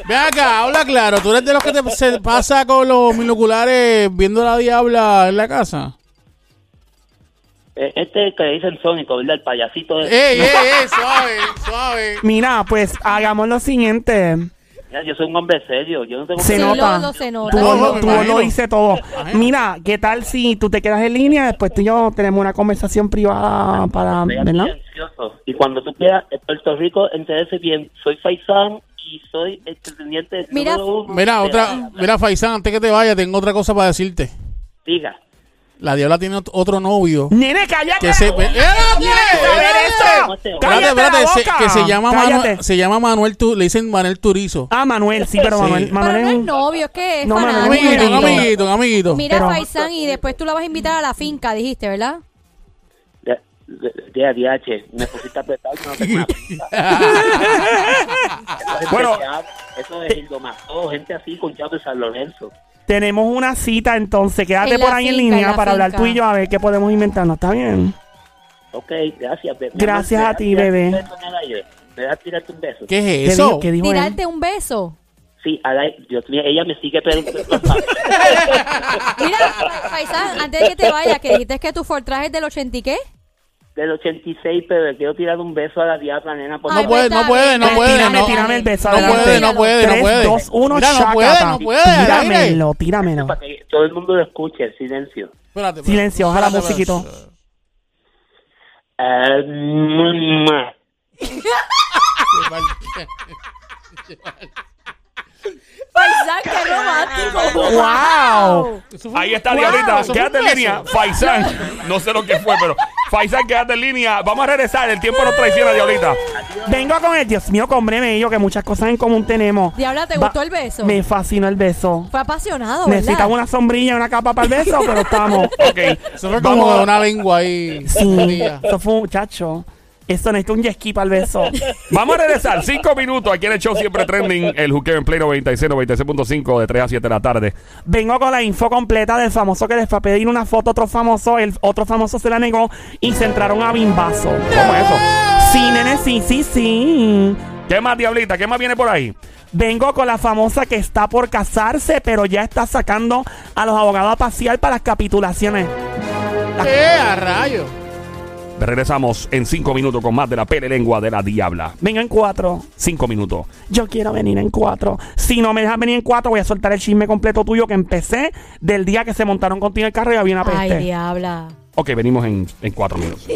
S3: Ve acá, habla claro. ¿Tú eres de los que te se pasa con los binoculares viendo la diabla en la casa?
S9: Eh, este que le dicen Sónico, ¿verdad? El payasito.
S2: Eh,
S3: ¡Ey,
S9: de-
S3: ey, ey! Suave, suave.
S2: Mira, pues hagamos lo siguiente.
S9: Mira, yo soy un hombre serio, yo no tengo
S2: Se
S4: Sí,
S9: que-
S4: no-
S2: nota.
S4: lo- lo se nota.
S2: Tú,
S3: No, no,
S2: lo-
S3: me
S2: tú
S3: imagino.
S2: lo dices todo.
S3: imagino.
S2: Oh, Mira, ¿qué tal si tú te quedas en línea? Después tú y yo tenemos una conversación privada para,
S9: Vean,
S2: ¿verdad?
S9: silencioso. Y cuando tú quieras, en Puerto Rico, entérese bien, soy Faisán y soy el pretendiente
S4: Mira-
S9: número uno
S3: Mira,
S9: de
S3: otra,
S9: la-
S3: mira, Faisán, antes que te vaya, tengo otra cosa para decirte.
S9: Diga.
S3: La diabla tiene ot- otro novio
S2: Nene, cállate.
S3: que se.
S2: Tienes
S3: ¡Espérate!
S2: que saber eso.
S9: Espérate,
S2: Cállate,
S3: Espérate,
S2: la
S3: espérate,
S2: boca.
S3: se- que se llama,
S2: Cállate.
S3: Manuel, se llama Manuel, Tu- le dicen Manuel Turizo.
S2: Ah, Manuel, sí, pero
S3: Sí.
S2: Manuel, Manuel
S4: Pero no
S2: es
S4: es
S2: un-
S4: novio, es que es
S2: No, Manuel,
S4: fanático.
S3: amiguito, un
S2: no,
S4: Mira,
S3: amiguito, un amiguito.
S2: Pero-
S4: Faisán, y después tú la vas a invitar a la finca, dijiste, ¿verdad?
S9: De, de, de ADH, me pusiste apretado y no tengo una pista. Eso es
S1: Bueno.
S9: especial, Eso es Hildomató, gente así con Chavo de San Lorenzo.
S2: Tenemos una cita, entonces quédate
S4: En la
S2: por ahí en
S4: finca, en
S2: línea
S4: la
S2: para hablar
S4: finca.
S2: tú y yo a ver qué podemos inventarnos, ¿está bien?
S9: Ok, gracias, bebé.
S2: Gracias
S9: ¿Me
S2: a
S9: das
S2: ti,
S9: tirarte un
S2: bebé.
S9: beso en el aire? ¿Me das tirarte un beso?
S3: ¿Qué
S2: ¿Qué
S3: es eso?
S2: dijo- qué dijo él?
S4: Tirarte un beso.
S9: Sí, al aire. Dios mío, ella me sigue preguntando.
S4: Mira, Fa- Faisán, antes de que te vayas, que dijiste que tu fortraje es del 80 y qué?
S9: Del 86, pero le quiero tirar un beso a la diabla, nena. Por
S3: No
S4: Ay,
S9: favor.
S3: puede,
S4: pues,
S3: no puede, no
S4: dale,
S3: puede.
S2: tírame,
S3: no.
S2: tírame el beso,
S3: No
S4: adelante.
S3: puede, no puede, no
S2: 3,
S3: puede.
S2: 2, 1,
S3: Mira, no puede, no puede. al aire.
S2: Tíramelo, tíramelo.
S9: Para que todo el mundo lo escuche, silencio.
S3: Espérate, espérate.
S2: Silencio, baja la
S3: Espérate,
S2: musiquito.
S3: espérate.
S9: Ah, mua.
S4: Faisán, qué romántico.
S2: ¡Wow!
S1: Ahí está
S4: Wow,
S1: Diablita,
S4: eso fue
S1: quédate en
S3: un beso.
S1: línea. Faisán, no sé lo que fue, pero Faisán, quédate en línea. Vamos a regresar, el tiempo nos traiciona, Diablita.
S2: Vengo con el Dios mío, con hombre bello, que muchas cosas en común tenemos.
S4: Diabla, ¿te
S2: Va-
S4: gustó el beso?
S2: Me fascinó el beso.
S4: Fue apasionado, ¿verdad?
S2: Necesitamos una sombrilla y una capa para el beso, pero estamos.
S1: Ok,
S3: Eso fue
S1: vamos
S3: como
S1: a-
S3: una lengua ahí.
S2: Sí,
S3: fría.
S2: eso fue un muchacho. Esto necesita un jet ski para el beso.
S1: Vamos a regresar. Cinco minutos aquí en el show siempre trending. El juqueo en Play 96, 96.5 de 3 a 7 de la tarde.
S2: Vengo con la info completa del famoso que les fue a pedir una foto a otro famoso. El otro famoso se la negó y se entraron a bimbazo.
S1: ¿Cómo es eso?
S2: Sí, nene, sí, sí, sí.
S1: ¿Qué más, Diablita? ¿Qué más viene por ahí?
S2: Vengo con la famosa que está por casarse, pero ya está sacando a los abogados a pasear para las capitulaciones.
S3: ¡Eh, a rayo!
S1: Regresamos en cinco minutos con más de la pele lengua de la diabla.
S2: Venga en cuatro.
S1: Cinco minutos.
S2: Yo quiero venir en cuatro. Si no me dejas venir en cuatro, voy a soltar el chisme completo tuyo que empecé del día que se montaron contigo en el carro y había una
S4: Ay,
S2: peste.
S4: diabla.
S1: Ok, venimos en, en cuatro minutos.